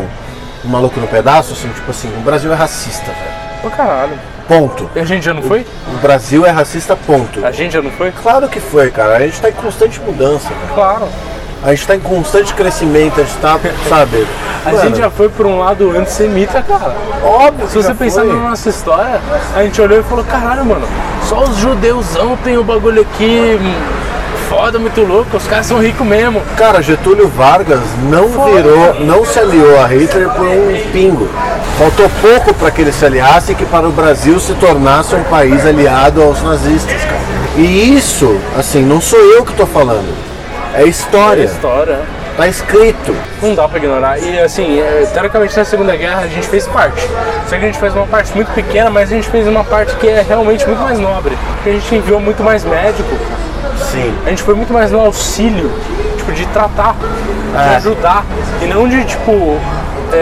[SPEAKER 3] o maluco no pedaço, assim, tipo assim, o Brasil é racista, velho.
[SPEAKER 2] Pra caralho.
[SPEAKER 3] Ponto.
[SPEAKER 2] E a gente já não foi?
[SPEAKER 3] O Brasil é racista, ponto.
[SPEAKER 2] A gente já não foi?
[SPEAKER 3] Claro que foi, cara. A gente tá em constante mudança, velho.
[SPEAKER 2] Claro.
[SPEAKER 3] A gente tá em constante crescimento, a gente tá, sabe?
[SPEAKER 2] A gente já foi por um lado antissemita, cara.
[SPEAKER 3] óbvio.
[SPEAKER 2] Se você pensar na nossa história, a gente olhou e falou, caralho, mano, só os judeusão tem o bagulho aqui hum, foda, muito louco, os caras são ricos mesmo.
[SPEAKER 3] Cara, Getúlio Vargas não virou, não se aliou a Hitler por um pingo. Faltou pouco para que ele se aliasse e que para o Brasil se tornasse um país aliado aos nazistas, cara. E isso, assim, não sou eu que tô falando. É história.
[SPEAKER 2] História.
[SPEAKER 3] Tá escrito.
[SPEAKER 2] Não dá pra ignorar. E assim, é, teoricamente na Segunda Guerra a gente fez parte. Só que a gente fez uma parte muito pequena, mas a gente fez uma parte que é realmente muito mais nobre. Porque a gente enviou muito mais médico,
[SPEAKER 3] Sim.
[SPEAKER 2] a gente foi muito mais no auxílio, tipo, de tratar, de
[SPEAKER 3] É.
[SPEAKER 2] ajudar. E não de tipo.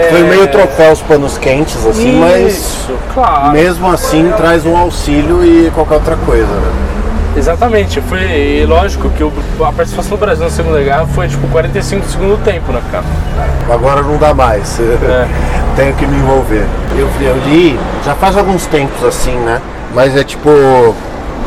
[SPEAKER 3] Foi meio troféu os panos quentes, assim, mas
[SPEAKER 2] É. Isso, claro.
[SPEAKER 3] mesmo assim traz um auxílio e qualquer outra coisa, né?
[SPEAKER 2] Exatamente, foi e lógico que o- a participação do Brasil na Segunda Guerra foi tipo 45 do segundo tempo, né, cara?
[SPEAKER 3] Agora não dá mais. Tenho que me envolver.
[SPEAKER 1] Eu, eu li já faz alguns tempos assim, né? Mas é tipo.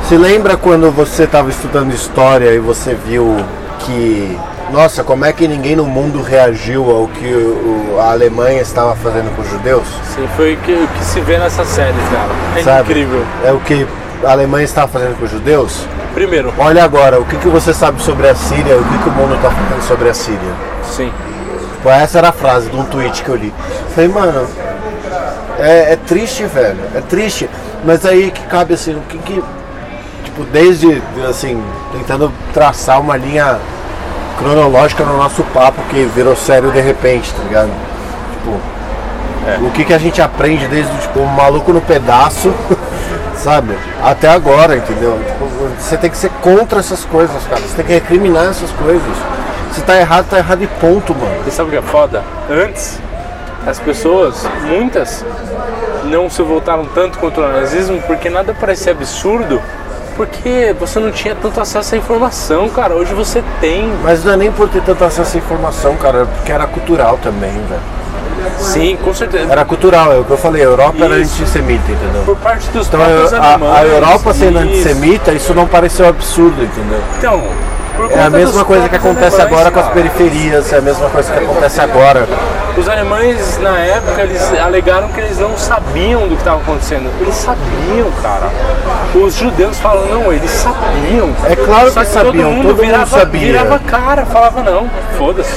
[SPEAKER 3] Se lembra quando você estava estudando história e você viu que, nossa, como é que ninguém no mundo reagiu ao que o- a Alemanha estava fazendo com os judeus?
[SPEAKER 2] Sim, foi o que, o que se vê nessas séries, cara. É
[SPEAKER 3] Sabe?
[SPEAKER 2] incrível.
[SPEAKER 3] É o que a Alemanha estava fazendo com os judeus?
[SPEAKER 2] Primeiro,
[SPEAKER 3] Olha agora, o que, que você sabe sobre a Síria, o que, que o mundo está falando sobre a Síria?
[SPEAKER 2] sim.
[SPEAKER 3] Pô, essa era a frase de um tweet que eu li. Falei, mano, é, é triste, velho. É triste. Mas aí que cabe assim, o que que. Tipo, desde, assim, tentando traçar uma linha cronológica no nosso papo que virou sério de repente, tá ligado? Tipo, o que que a gente aprende desde, tipo, o maluco no pedaço, sabe? Até agora, entendeu? Tipo, você tem que ser contra essas coisas, cara. Você tem que recriminar essas coisas. Se tá errado, tá errado e ponto, mano.
[SPEAKER 2] E sabe o que é foda? Antes, as pessoas, muitas, não se voltaram tanto contra o nazismo porque nada parecia absurdo. Porque você não tinha tanto acesso à informação, cara. Hoje você tem.
[SPEAKER 3] Mas não é nem por ter tanto acesso à informação, cara, é porque era cultural também, velho.
[SPEAKER 2] Sim, com certeza.
[SPEAKER 3] Era cultural, é o que eu falei, a Europa era
[SPEAKER 2] Isso.
[SPEAKER 3] antissemita, entendeu?
[SPEAKER 2] Por parte dos
[SPEAKER 3] Então
[SPEAKER 2] próprios
[SPEAKER 3] a, a-
[SPEAKER 2] alemães.
[SPEAKER 3] a Europa sendo
[SPEAKER 2] isso.
[SPEAKER 3] antissemita, isso não pareceu absurdo, entendeu?
[SPEAKER 2] Então, por
[SPEAKER 3] É
[SPEAKER 2] conta
[SPEAKER 3] a mesma
[SPEAKER 2] dos
[SPEAKER 3] coisa que
[SPEAKER 2] próprios
[SPEAKER 3] acontece
[SPEAKER 2] alemães,
[SPEAKER 3] agora com as
[SPEAKER 2] cara.
[SPEAKER 3] periferias, é a mesma coisa que acontece agora.
[SPEAKER 2] Os alemães, na época, eles alegaram que eles não sabiam do que estava acontecendo. Eles sabiam, cara. Os judeus falam, não, eles sabiam.
[SPEAKER 3] É claro que
[SPEAKER 2] Só
[SPEAKER 3] sabiam, todo mundo
[SPEAKER 2] virava,
[SPEAKER 3] sabia.
[SPEAKER 2] virava cara, falava, não, foda-se.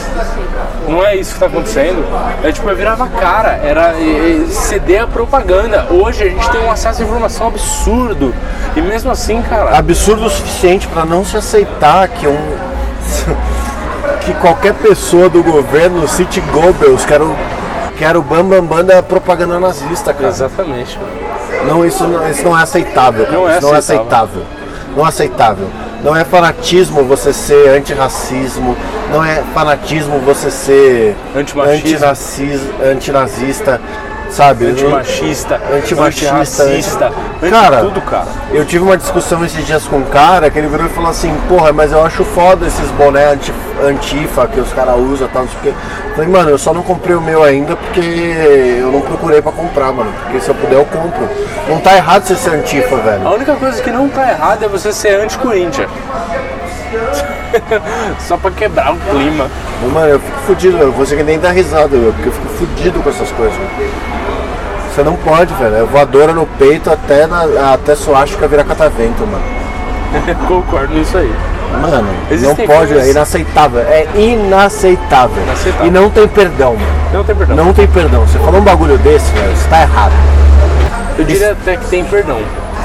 [SPEAKER 2] Não é isso que está acontecendo. É tipo, eu virava cara, era é, é, ceder a propaganda. Hoje a gente tem um acesso à informação absurdo. E mesmo assim, cara,
[SPEAKER 3] Absurdo o suficiente pra não se aceitar que um. que qualquer pessoa do governo cite Goebbels, que era o, que era o bambambam da propaganda nazista, cara.
[SPEAKER 2] Exatamente.
[SPEAKER 3] Não, isso não, isso não é aceitável. cara.
[SPEAKER 2] Não é
[SPEAKER 3] isso não é
[SPEAKER 2] aceitável.
[SPEAKER 3] aceitável. Não é aceitável. Não é fanatismo você ser antirracismo. Não é fanatismo você ser
[SPEAKER 2] Antimachismo.
[SPEAKER 3] antirracis- antinazista, sabe?
[SPEAKER 2] Antimachista,
[SPEAKER 3] Antimachista,
[SPEAKER 2] antirracista,
[SPEAKER 3] anti-
[SPEAKER 2] anti
[SPEAKER 3] Cara,
[SPEAKER 2] tudo, cara.
[SPEAKER 3] Eu tive uma discussão esses dias com um cara que ele virou e falou assim, porra, mas eu acho foda esses boné anti- antifa que os caras usam e tal, não sei o quê. Eu Falei, mano, eu só não comprei o meu ainda porque eu não procurei pra comprar, mano. Porque se eu puder eu compro. Não tá errado você ser antifa, velho.
[SPEAKER 2] A única coisa que não tá errada é você ser anti-Corinthians. Só pra quebrar o clima.
[SPEAKER 3] Mano, eu fico fudido, eu vou nem dar risada, meu, porque eu fico fudido com essas coisas. meu. Você não pode, velho. É voadora no peito até, na, até suástica virar catavento, mano.
[SPEAKER 2] Concordo nisso aí.
[SPEAKER 3] Mano,
[SPEAKER 2] Existem
[SPEAKER 3] não pode,
[SPEAKER 2] coisas-
[SPEAKER 3] é inaceitável. É inaceitável.
[SPEAKER 2] Inaceitável.
[SPEAKER 3] E não tem perdão, mano.
[SPEAKER 2] Não tem perdão.
[SPEAKER 3] Não tem perdão. Você falou um bagulho desse, velho, você tá errado.
[SPEAKER 2] Eu diria até que tem perdão.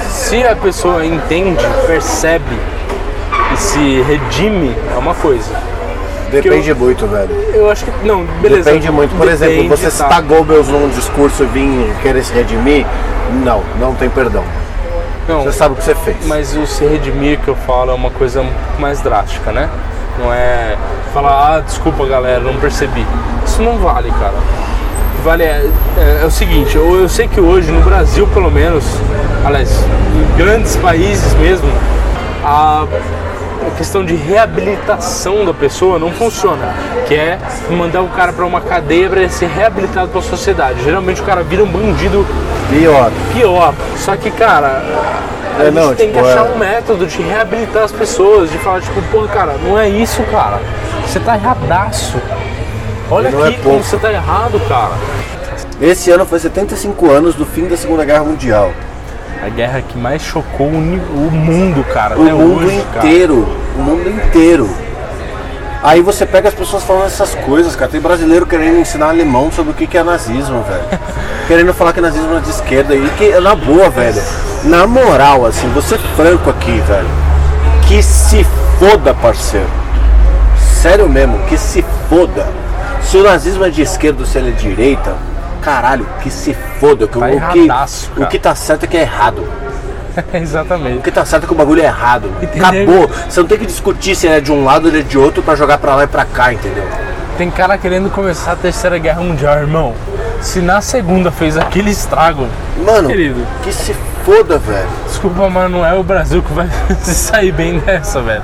[SPEAKER 2] Se a pessoa entende, percebe e se redime, é uma coisa.
[SPEAKER 3] Depende muito, velho.
[SPEAKER 2] Eu acho que. Não, beleza.
[SPEAKER 3] Depende muito. Por exemplo,
[SPEAKER 2] Depende,
[SPEAKER 3] você
[SPEAKER 2] tá.
[SPEAKER 3] citar Goebbels num discurso e vir querer se redimir, não, não tem perdão.
[SPEAKER 2] Não,
[SPEAKER 3] Você sabe o que você fez.
[SPEAKER 2] Mas o se redimir que eu falo é uma coisa mais drástica, né? Não é falar, ah, desculpa galera, não percebi. Isso não vale, cara. Vale é, é- é o seguinte, eu, eu sei que hoje no Brasil pelo menos, aliás, em grandes países mesmo, a, a questão de reabilitação da pessoa não funciona. Que é mandar o cara pra uma cadeia pra ele ser reabilitado pra sociedade. Geralmente o cara vira um bandido
[SPEAKER 3] E ó,
[SPEAKER 2] pior. Só que, cara, a
[SPEAKER 3] É,
[SPEAKER 2] gente
[SPEAKER 3] não,
[SPEAKER 2] tem
[SPEAKER 3] tipo,
[SPEAKER 2] que achar
[SPEAKER 3] é.
[SPEAKER 2] um método de reabilitar as pessoas, de falar, tipo, pô, cara, não é isso, cara. Você tá erradaço. Olha
[SPEAKER 3] E não é
[SPEAKER 2] aqui como
[SPEAKER 3] pouco.
[SPEAKER 2] você tá errado, cara.
[SPEAKER 3] esse ano foi 75 anos do fim da Segunda Guerra Mundial.
[SPEAKER 2] A guerra que mais chocou o, ni- o mundo, cara,
[SPEAKER 3] O
[SPEAKER 2] até
[SPEAKER 3] mundo
[SPEAKER 2] hoje, cara.
[SPEAKER 3] inteiro. O mundo inteiro. Aí você pega as pessoas falando essas coisas, cara. Tem brasileiro querendo ensinar alemão sobre o que que é nazismo, velho. querendo falar que nazismo é de esquerda. E que, na boa, velho. Na moral, assim, você franco aqui, velho. Que se foda, parceiro. Sério mesmo, que se foda. Se o nazismo é de esquerda ou se ele é de direita, caralho, que se foda. Que o-
[SPEAKER 2] Tá
[SPEAKER 3] o,
[SPEAKER 2] erradaço,
[SPEAKER 3] que, o
[SPEAKER 2] cara.
[SPEAKER 3] que tá certo é que é errado. O
[SPEAKER 2] Exatamente.
[SPEAKER 3] que tá certo é que o bagulho é errado.
[SPEAKER 2] Entendeu?
[SPEAKER 3] Acabou. Você não tem que discutir se ele é de um lado ou ele é de outro pra jogar pra lá e pra cá, entendeu?
[SPEAKER 2] Tem cara querendo começar a terceira guerra mundial, irmão. Se na segunda fez aquele estrago,
[SPEAKER 3] Mano,
[SPEAKER 2] Querido.
[SPEAKER 3] que se foda, velho.
[SPEAKER 2] Desculpa, mas não é o Brasil que vai se sair bem dessa, velho.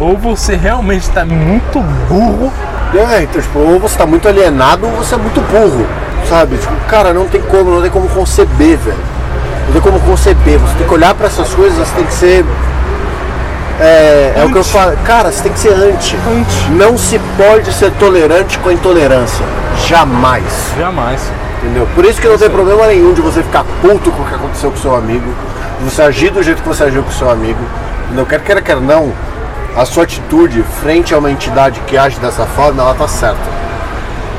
[SPEAKER 2] Ou você realmente tá muito burro.
[SPEAKER 3] É, então, tipo, ou você tá muito alienado ou você é muito burro, sabe? Tipo, cara, não tem como, não tem como conceber, velho. Não tem como conceber. Você tem que olhar pra essas coisas, você tem que ser. É, é o que eu falo. Cara, você tem que ser anti.
[SPEAKER 2] Anti.
[SPEAKER 3] Não se pode ser tolerante com a intolerância. Jamais.
[SPEAKER 2] Jamais.
[SPEAKER 3] Entendeu? Por isso que não tem problema nenhum de você ficar puto com o que aconteceu com o seu amigo, de você agir do jeito que você agiu com o seu amigo. Entendeu? Quer queira, quer não, a sua atitude frente a uma entidade que age dessa forma, ela tá certa.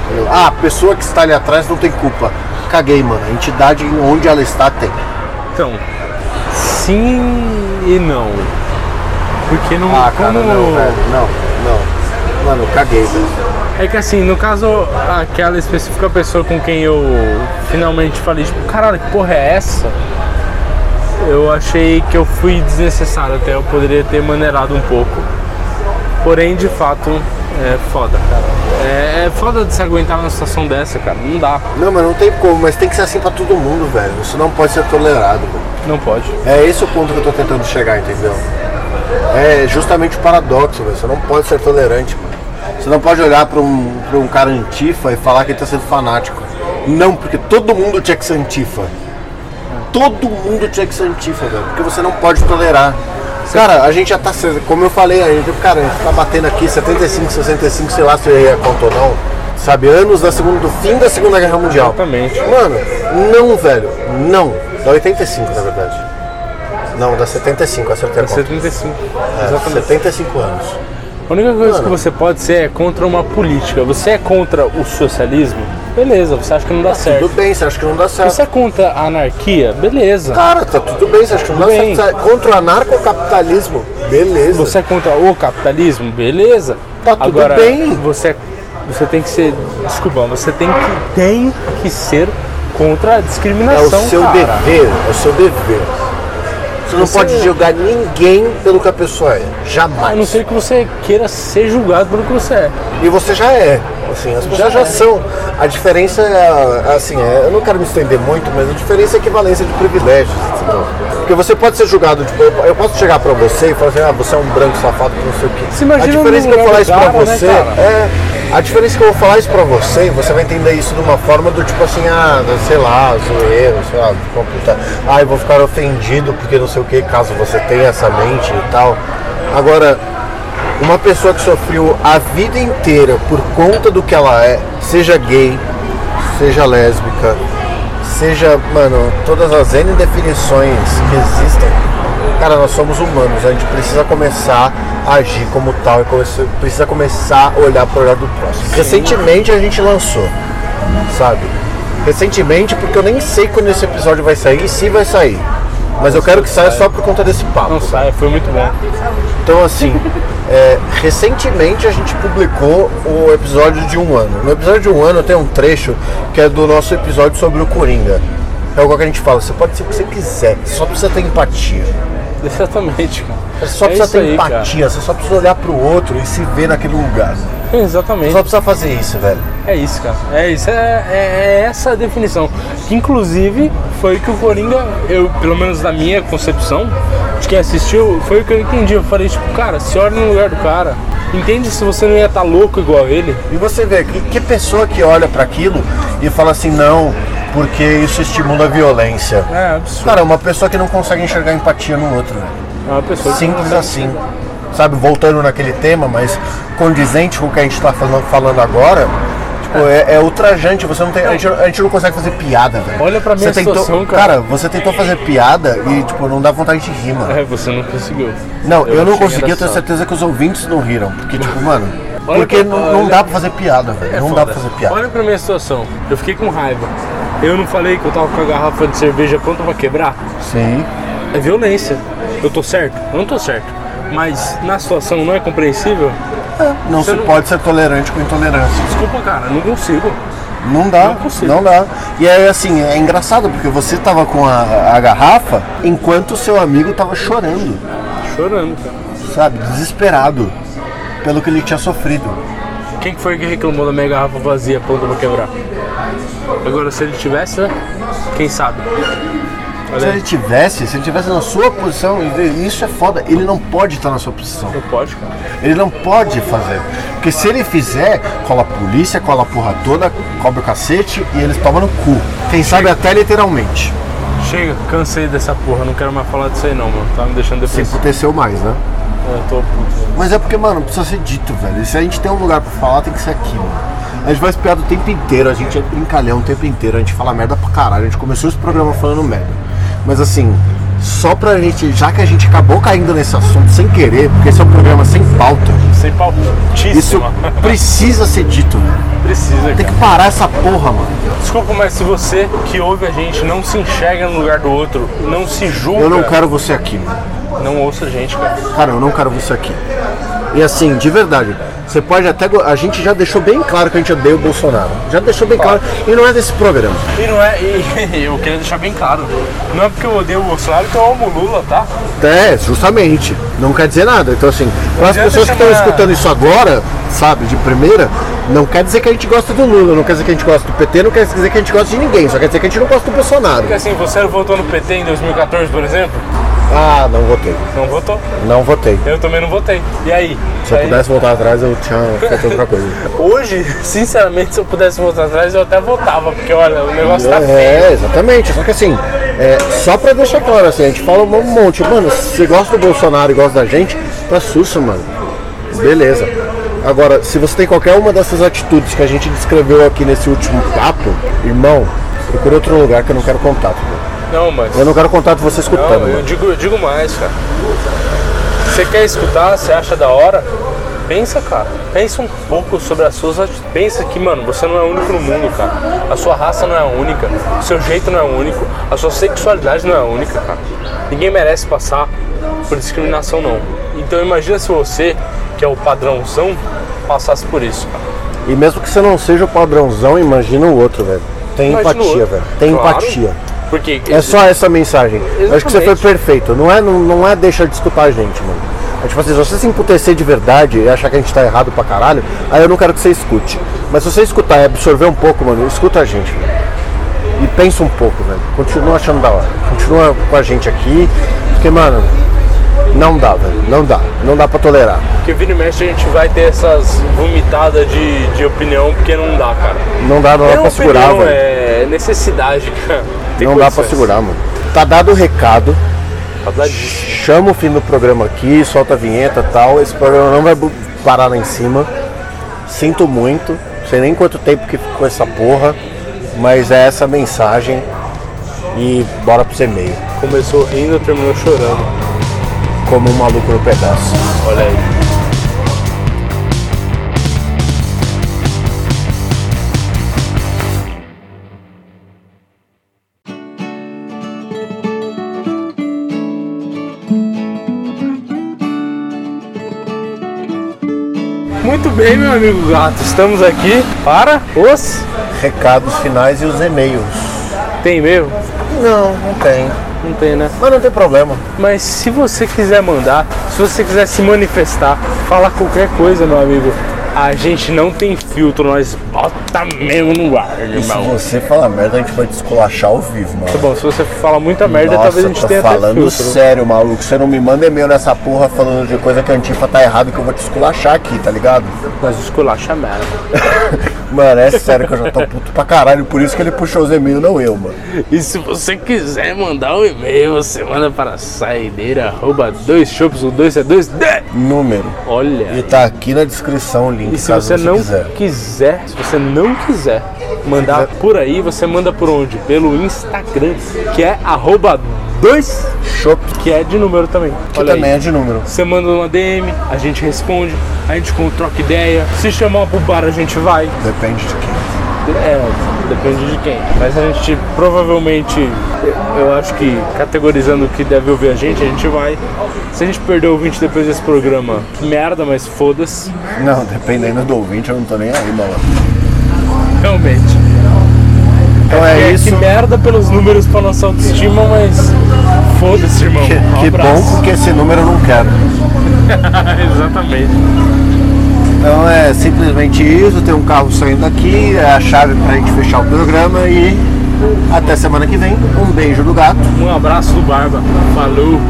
[SPEAKER 3] Entendeu? Ah, a pessoa que está ali atrás não tem culpa. Caguei, mano. A entidade onde ela está tem.
[SPEAKER 2] Então, sim e não. Porque não.
[SPEAKER 3] Ah, cara,
[SPEAKER 2] como-
[SPEAKER 3] não, velho. Não, não. Mano, caguei, velho.
[SPEAKER 2] É que assim, no caso, aquela específica pessoa com quem eu finalmente falei, tipo, caralho, que porra é essa? Eu achei que eu fui desnecessário até, eu poderia ter maneirado um pouco. Porém, de fato, é foda, cara. É, é foda de se aguentar numa situação dessa, cara. Não dá,
[SPEAKER 3] Não, mas não tem como, mas tem que ser assim pra todo mundo, velho. Isso não pode ser tolerado, velho.
[SPEAKER 2] não pode.
[SPEAKER 3] É esse o ponto que eu tô tentando chegar, entendeu? É justamente o paradoxo, velho. Você não pode ser tolerante, mano. Você não pode olhar pra um, pra um cara antifa e falar que ele tá sendo fanático. Não, porque todo mundo tinha que ser antifa. Todo mundo tinha que ser antifa, velho. Porque você não pode tolerar. Cara, a gente já tá. se- Como eu falei, a gente, cara, a gente tá batendo aqui 75, 65, sei lá se eu errei a conta ou não. Sabe, anos da segunda, do fim da Segunda Guerra Mundial.
[SPEAKER 2] Exatamente.
[SPEAKER 3] Mano, não, velho. Não. Da 85, na verdade. Não, dá 75, acertei a
[SPEAKER 2] Você é
[SPEAKER 3] conta.
[SPEAKER 2] 35.
[SPEAKER 3] É, 75 anos.
[SPEAKER 2] A única coisa que você pode ser é contra uma política. Você é contra o socialismo? Beleza, você acha que não dá certo.
[SPEAKER 3] Tudo bem, você acha que não dá certo.
[SPEAKER 2] Você é contra a anarquia? Beleza.
[SPEAKER 3] Cara, tá tudo bem, você acha que não dá
[SPEAKER 2] Bem.
[SPEAKER 3] certo. Contra o anarcocapitalismo, beleza.
[SPEAKER 2] Você é contra o capitalismo? Beleza.
[SPEAKER 3] Tá tudo
[SPEAKER 2] Agora,
[SPEAKER 3] bem.
[SPEAKER 2] Você, é, você tem que ser. Desculpa, você tem que, tem que ser contra a
[SPEAKER 3] é o
[SPEAKER 2] discriminação.
[SPEAKER 3] seu
[SPEAKER 2] cara.
[SPEAKER 3] dever, é o seu dever. Você não
[SPEAKER 2] Você-
[SPEAKER 3] pode julgar ninguém pelo que a pessoa é.
[SPEAKER 2] A não
[SPEAKER 3] Jamais.
[SPEAKER 2] ser que você queira ser julgado pelo que você é.
[SPEAKER 3] E você já é. Assim, as pessoas já,
[SPEAKER 2] é.
[SPEAKER 3] são. A diferença é, assim, é- eu não quero me estender muito, mas a diferença é a equivalência de privilégios. entendeu? Porque você pode ser julgado, tipo, eu eu posso chegar pra você e falar assim, ah, você é um branco safado, que não sei o quê.
[SPEAKER 2] Se imagina
[SPEAKER 3] a diferença
[SPEAKER 2] num
[SPEAKER 3] que eu
[SPEAKER 2] lugar
[SPEAKER 3] falar isso pra
[SPEAKER 2] lugar, né,
[SPEAKER 3] você
[SPEAKER 2] cara?
[SPEAKER 3] é. A diferença que eu vou falar isso pra você, e você vai entender isso de uma forma do tipo assim, ah, sei lá, zoeiro, sei lá, tipo, uma puta, ah, eu vou ficar ofendido porque não sei o que, caso você tenha essa mente e tal. Agora, uma pessoa que sofreu a vida inteira por conta do que ela é, seja gay, seja lésbica, seja, mano, todas as N definições que existem, cara, nós somos humanos, a gente precisa começar a agir como tal e começa- precisa começar a olhar para o olhar do próximo. Recentemente a gente lançou, sabe? Recentemente, porque eu nem sei quando esse episódio vai sair e se vai sair. Mas eu quero que saia só por conta desse papo. tá?
[SPEAKER 2] Não saia, foi muito bom.
[SPEAKER 3] Então, assim, é, recentemente a gente publicou o episódio de um ano. No episódio de um ano tem um trecho que é do nosso episódio sobre o Coringa. É o que a gente fala, você pode ser o que você quiser, você só precisa ter empatia.
[SPEAKER 2] Exatamente, cara.
[SPEAKER 3] Você só
[SPEAKER 2] É
[SPEAKER 3] precisa
[SPEAKER 2] isso
[SPEAKER 3] ter
[SPEAKER 2] aí, cara.
[SPEAKER 3] empatia, você só precisa olhar pro outro e se ver naquele lugar. Você
[SPEAKER 2] Exatamente.
[SPEAKER 3] só precisa fazer isso, velho.
[SPEAKER 2] É isso, cara. É isso. É, é- é essa a definição. Que, inclusive, foi que o Coringa, eu, pelo menos na minha concepção, de quem assistiu, foi o que eu entendi. Eu falei, tipo, cara, se olha no lugar do cara. Entende se você não ia estar louco igual ele?
[SPEAKER 3] E você vê que, que pessoa que olha pra aquilo e fala assim, não, porque isso estimula a violência.
[SPEAKER 2] É absurdo.
[SPEAKER 3] Cara, é uma pessoa que não consegue enxergar empatia no outro, velho.
[SPEAKER 2] É uma pessoa que
[SPEAKER 3] simples assim. Sabe, voltando naquele tema, mas condizente com o que a gente tá falando, falando agora, tipo, é, é ultrajante, você não tem. A gente, a gente não consegue fazer piada, velho.
[SPEAKER 2] Olha pra minha
[SPEAKER 3] você tentou,
[SPEAKER 2] situação, cara.
[SPEAKER 3] cara. você tentou fazer piada e, tipo, não dá vontade de rir, mano.
[SPEAKER 2] É, você não conseguiu.
[SPEAKER 3] Não, eu,
[SPEAKER 2] achei
[SPEAKER 3] não consegui, eu tenho
[SPEAKER 2] engraçado.
[SPEAKER 3] certeza que os ouvintes não riram. Porque, tipo, mano.
[SPEAKER 2] Olha
[SPEAKER 3] porque
[SPEAKER 2] pra-
[SPEAKER 3] não, não
[SPEAKER 2] olha-
[SPEAKER 3] dá pra fazer piada, velho.
[SPEAKER 2] É
[SPEAKER 3] não
[SPEAKER 2] foda.
[SPEAKER 3] dá pra fazer piada.
[SPEAKER 2] Olha pra minha situação. Eu fiquei com raiva. Eu não falei que eu tava com a garrafa de cerveja pronta pra quebrar?
[SPEAKER 3] Sim.
[SPEAKER 2] É violência. Eu tô certo? Eu não tô certo. Mas na situação não é compreensível?
[SPEAKER 3] Não se
[SPEAKER 2] não-
[SPEAKER 3] pode ser tolerante com intolerância.
[SPEAKER 2] Desculpa, cara, não consigo.
[SPEAKER 3] Não dá,
[SPEAKER 2] Não é possível.
[SPEAKER 3] não dá. E aí, assim, é engraçado porque você tava com a, a garrafa enquanto o seu amigo tava chorando,
[SPEAKER 2] Chorando, cara.
[SPEAKER 3] sabe? Desesperado pelo que ele tinha sofrido.
[SPEAKER 2] Quem que foi que reclamou da minha garrafa vazia, pronta pra quebrar? Agora, se ele tivesse, né? Quem sabe? Olha
[SPEAKER 3] Se
[SPEAKER 2] aí.
[SPEAKER 3] ele tivesse, se ele tivesse na sua posição, e isso é foda, ele não pode estar na sua posição.
[SPEAKER 2] Não pode, cara.
[SPEAKER 3] Ele não pode fazer. Porque se ele fizer, cola a polícia, cola a porra toda, cobra o cacete e eles tomam no cu. Quem sabe até literalmente.
[SPEAKER 2] Chega, cansei dessa porra, não quero mais falar disso aí não, mano. Tá me deixando
[SPEAKER 3] Se
[SPEAKER 2] depressivo.
[SPEAKER 3] aconteceu mais, né?
[SPEAKER 2] Eu tô puto.
[SPEAKER 3] Mas é porque, mano, precisa ser dito, velho. Se a gente tem um lugar pra falar, tem que ser aqui, mano. A gente faz piada o tempo inteiro, a gente é brincalhão o tempo inteiro, a gente fala merda pra caralho. A gente começou esse programa falando merda. Mas assim, só pra gente, já que a gente acabou caindo nesse assunto sem querer, porque esse é um programa sem pauta,
[SPEAKER 2] Sem
[SPEAKER 3] isso
[SPEAKER 2] pautíssima.
[SPEAKER 3] precisa ser dito, velho.
[SPEAKER 2] Precisa,
[SPEAKER 3] Tem
[SPEAKER 2] cara.
[SPEAKER 3] que parar essa porra, mano.
[SPEAKER 2] Desculpa, mas se você que ouve a gente não se enxerga no lugar do outro, não se julga,
[SPEAKER 3] Eu não quero você aqui, mano.
[SPEAKER 2] não ouça a gente, cara.
[SPEAKER 3] Cara, eu não quero você aqui. E assim, de verdade, você pode até. go- A gente já deixou bem claro que a gente odeia o Bolsonaro. Já deixou bem claro. E não é desse programa.
[SPEAKER 2] E não é, e eu queria deixar bem claro, não é porque eu odeio o Bolsonaro que eu amo o Lula, tá?
[SPEAKER 3] É, justamente. Não quer dizer nada. Então, assim, para as
[SPEAKER 2] adianta
[SPEAKER 3] pessoas que estão
[SPEAKER 2] chamar-
[SPEAKER 3] escutando isso agora, sabe, de primeira, não quer dizer que a gente gosta do Lula, não quer dizer que a gente gosta do PT, não quer dizer que a gente gosta de ninguém, só quer dizer que a gente não gosta do Bolsonaro.
[SPEAKER 2] Porque assim, você votou no PT em 2014, por exemplo?
[SPEAKER 3] Ah, não votei.
[SPEAKER 2] Não votou?
[SPEAKER 3] Não votei.
[SPEAKER 2] Eu também não votei. E aí?
[SPEAKER 3] Se eu
[SPEAKER 2] Aí-
[SPEAKER 3] pudesse voltar atrás, eu tinha feito outra coisa.
[SPEAKER 2] Hoje, sinceramente, se eu pudesse voltar atrás, eu até voltava, porque olha, o negócio tá feio.
[SPEAKER 3] É, exatamente. Só que assim, é, só pra deixar claro, assim, a gente fala um monte. Mano, se você gosta do Bolsonaro e gosta da gente, tá sussa, mano. Beleza. Agora, se você tem qualquer uma dessas atitudes que a gente descreveu aqui nesse último papo, irmão, procure outro lugar que eu não quero contato.
[SPEAKER 2] Não, mas.
[SPEAKER 3] Eu não quero contato você escutando,
[SPEAKER 2] Não, eu
[SPEAKER 3] mano.
[SPEAKER 2] digo, eu digo mais, cara. Você quer escutar, você acha da hora? Pensa, cara. Pensa um pouco sobre as suas ati- Pensa que, mano, você não é único no mundo, cara. A sua raça não é única, o seu jeito não é único, a sua sexualidade não é única, cara. Ninguém merece passar por discriminação, não. Então imagina se você, que é o padrãozão, passasse por isso, cara.
[SPEAKER 3] E mesmo que você não seja o padrãozão, imagina o outro, velho. Tem
[SPEAKER 2] Imagina o
[SPEAKER 3] empatia,
[SPEAKER 2] outro.
[SPEAKER 3] velho. Tem
[SPEAKER 2] Claro.
[SPEAKER 3] empatia.
[SPEAKER 2] Porque
[SPEAKER 3] É só essa mensagem. Eu acho que você foi
[SPEAKER 2] Exatamente.
[SPEAKER 3] perfeito. Não é, não, não é deixar de escutar a gente, mano. É tipo assim, se você se emputecer de verdade e achar que a gente tá errado pra caralho, aí eu não quero que você escute. Mas se você escutar e absorver um pouco, mano, escuta a gente. velho. E pensa um pouco, velho. Continua achando da hora. Continua com a gente aqui. Porque, mano, não dá, velho. Não dá. Não dá pra tolerar.
[SPEAKER 2] Porque vira e mexe a gente vai ter essas vomitadas de, de opinião, porque não dá, cara.
[SPEAKER 3] Não dá, não dá
[SPEAKER 2] É
[SPEAKER 3] pra segurar,
[SPEAKER 2] opinião,
[SPEAKER 3] velho.
[SPEAKER 2] É necessidade, cara. Tem
[SPEAKER 3] Não dá pra
[SPEAKER 2] condições.
[SPEAKER 3] segurar, mano. Tá dado o recado.
[SPEAKER 2] Tá dadíssimo.
[SPEAKER 3] chama o fim do programa aqui, solta a vinheta e tal. Esse programa não vai bu- parar lá em cima. Sinto muito, sei nem quanto tempo que ficou essa porra, mas é essa a mensagem. E bora pro e-mail.
[SPEAKER 2] Começou rindo, terminou chorando.
[SPEAKER 3] Como um maluco no pedaço.
[SPEAKER 2] Olha aí. Muito bem, meu amigo gato. Estamos aqui para os.
[SPEAKER 3] Recados finais e os e-mails.
[SPEAKER 2] Tem mesmo?
[SPEAKER 3] Não, não tem.
[SPEAKER 2] Não tem, né?
[SPEAKER 3] Mas não tem problema.
[SPEAKER 2] Mas se você quiser mandar, se você quiser se manifestar, falar qualquer coisa, meu amigo, a gente não tem filtro, nós bota mesmo no ar, irmão. Tá
[SPEAKER 3] você falar merda, a gente vai descolachar ao vivo, mano.
[SPEAKER 2] Bom, se você falar muita merda, talvez a gente
[SPEAKER 3] tô
[SPEAKER 2] tenha
[SPEAKER 3] falando
[SPEAKER 2] até filtro.
[SPEAKER 3] sério, maluco. Você não me manda e-mail nessa porra falando de coisa que a Antifa tá errado que eu vou te esculachar aqui, tá ligado?
[SPEAKER 2] Mas esculacha merda.
[SPEAKER 3] Mano, é sério que eu já tô puto pra caralho, por isso que ele puxou os e-mails, não eu, mano.
[SPEAKER 2] E se você quiser mandar um e-mail, você manda para saideira, arroba dois chopos, o dois é dois, de-
[SPEAKER 3] Número. E
[SPEAKER 2] Olha.
[SPEAKER 3] tá aqui na descrição o link,
[SPEAKER 2] E se
[SPEAKER 3] caso
[SPEAKER 2] você não
[SPEAKER 3] quiser.
[SPEAKER 2] quiser, se você não quiser mandar por aí, você manda por onde? Pelo Instagram, que é arroba dois
[SPEAKER 3] Shop,
[SPEAKER 2] que é de número também.
[SPEAKER 3] que
[SPEAKER 2] Olha
[SPEAKER 3] também
[SPEAKER 2] aí.
[SPEAKER 3] é de número.
[SPEAKER 2] Você manda uma DM, a gente responde, a gente com- troca ideia. Se chamar pro bar, a gente vai.
[SPEAKER 3] Depende de quem.
[SPEAKER 2] É, depende de quem. Mas a gente provavelmente, eu acho que categorizando o que deve ouvir a gente, a gente vai. Se a gente perder o ouvinte depois desse programa, que merda, mas foda-se.
[SPEAKER 3] Não, dependendo do ouvinte, eu não tô nem aí, mano.
[SPEAKER 2] Realmente.
[SPEAKER 3] Então é,
[SPEAKER 2] É,
[SPEAKER 3] isso.
[SPEAKER 2] Que merda pelos números pra nossa autoestima, mas foda-se, irmão.
[SPEAKER 3] Que,
[SPEAKER 2] Um
[SPEAKER 3] que
[SPEAKER 2] abraço.
[SPEAKER 3] bom, porque esse número eu não quero.
[SPEAKER 2] Exatamente.
[SPEAKER 3] Então é simplesmente isso, tem um carro saindo aqui, é a chave pra gente fechar o programa e Até semana que vem. Um beijo do gato.
[SPEAKER 2] Um abraço do Barba. Falou.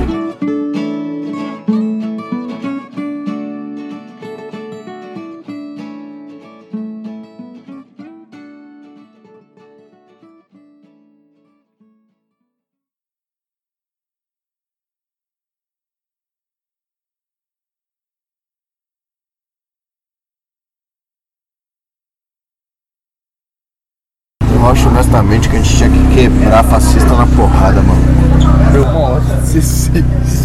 [SPEAKER 3] Eu acho honestamente que a gente tinha que quebrar fascista na porrada, mano. Eu acho.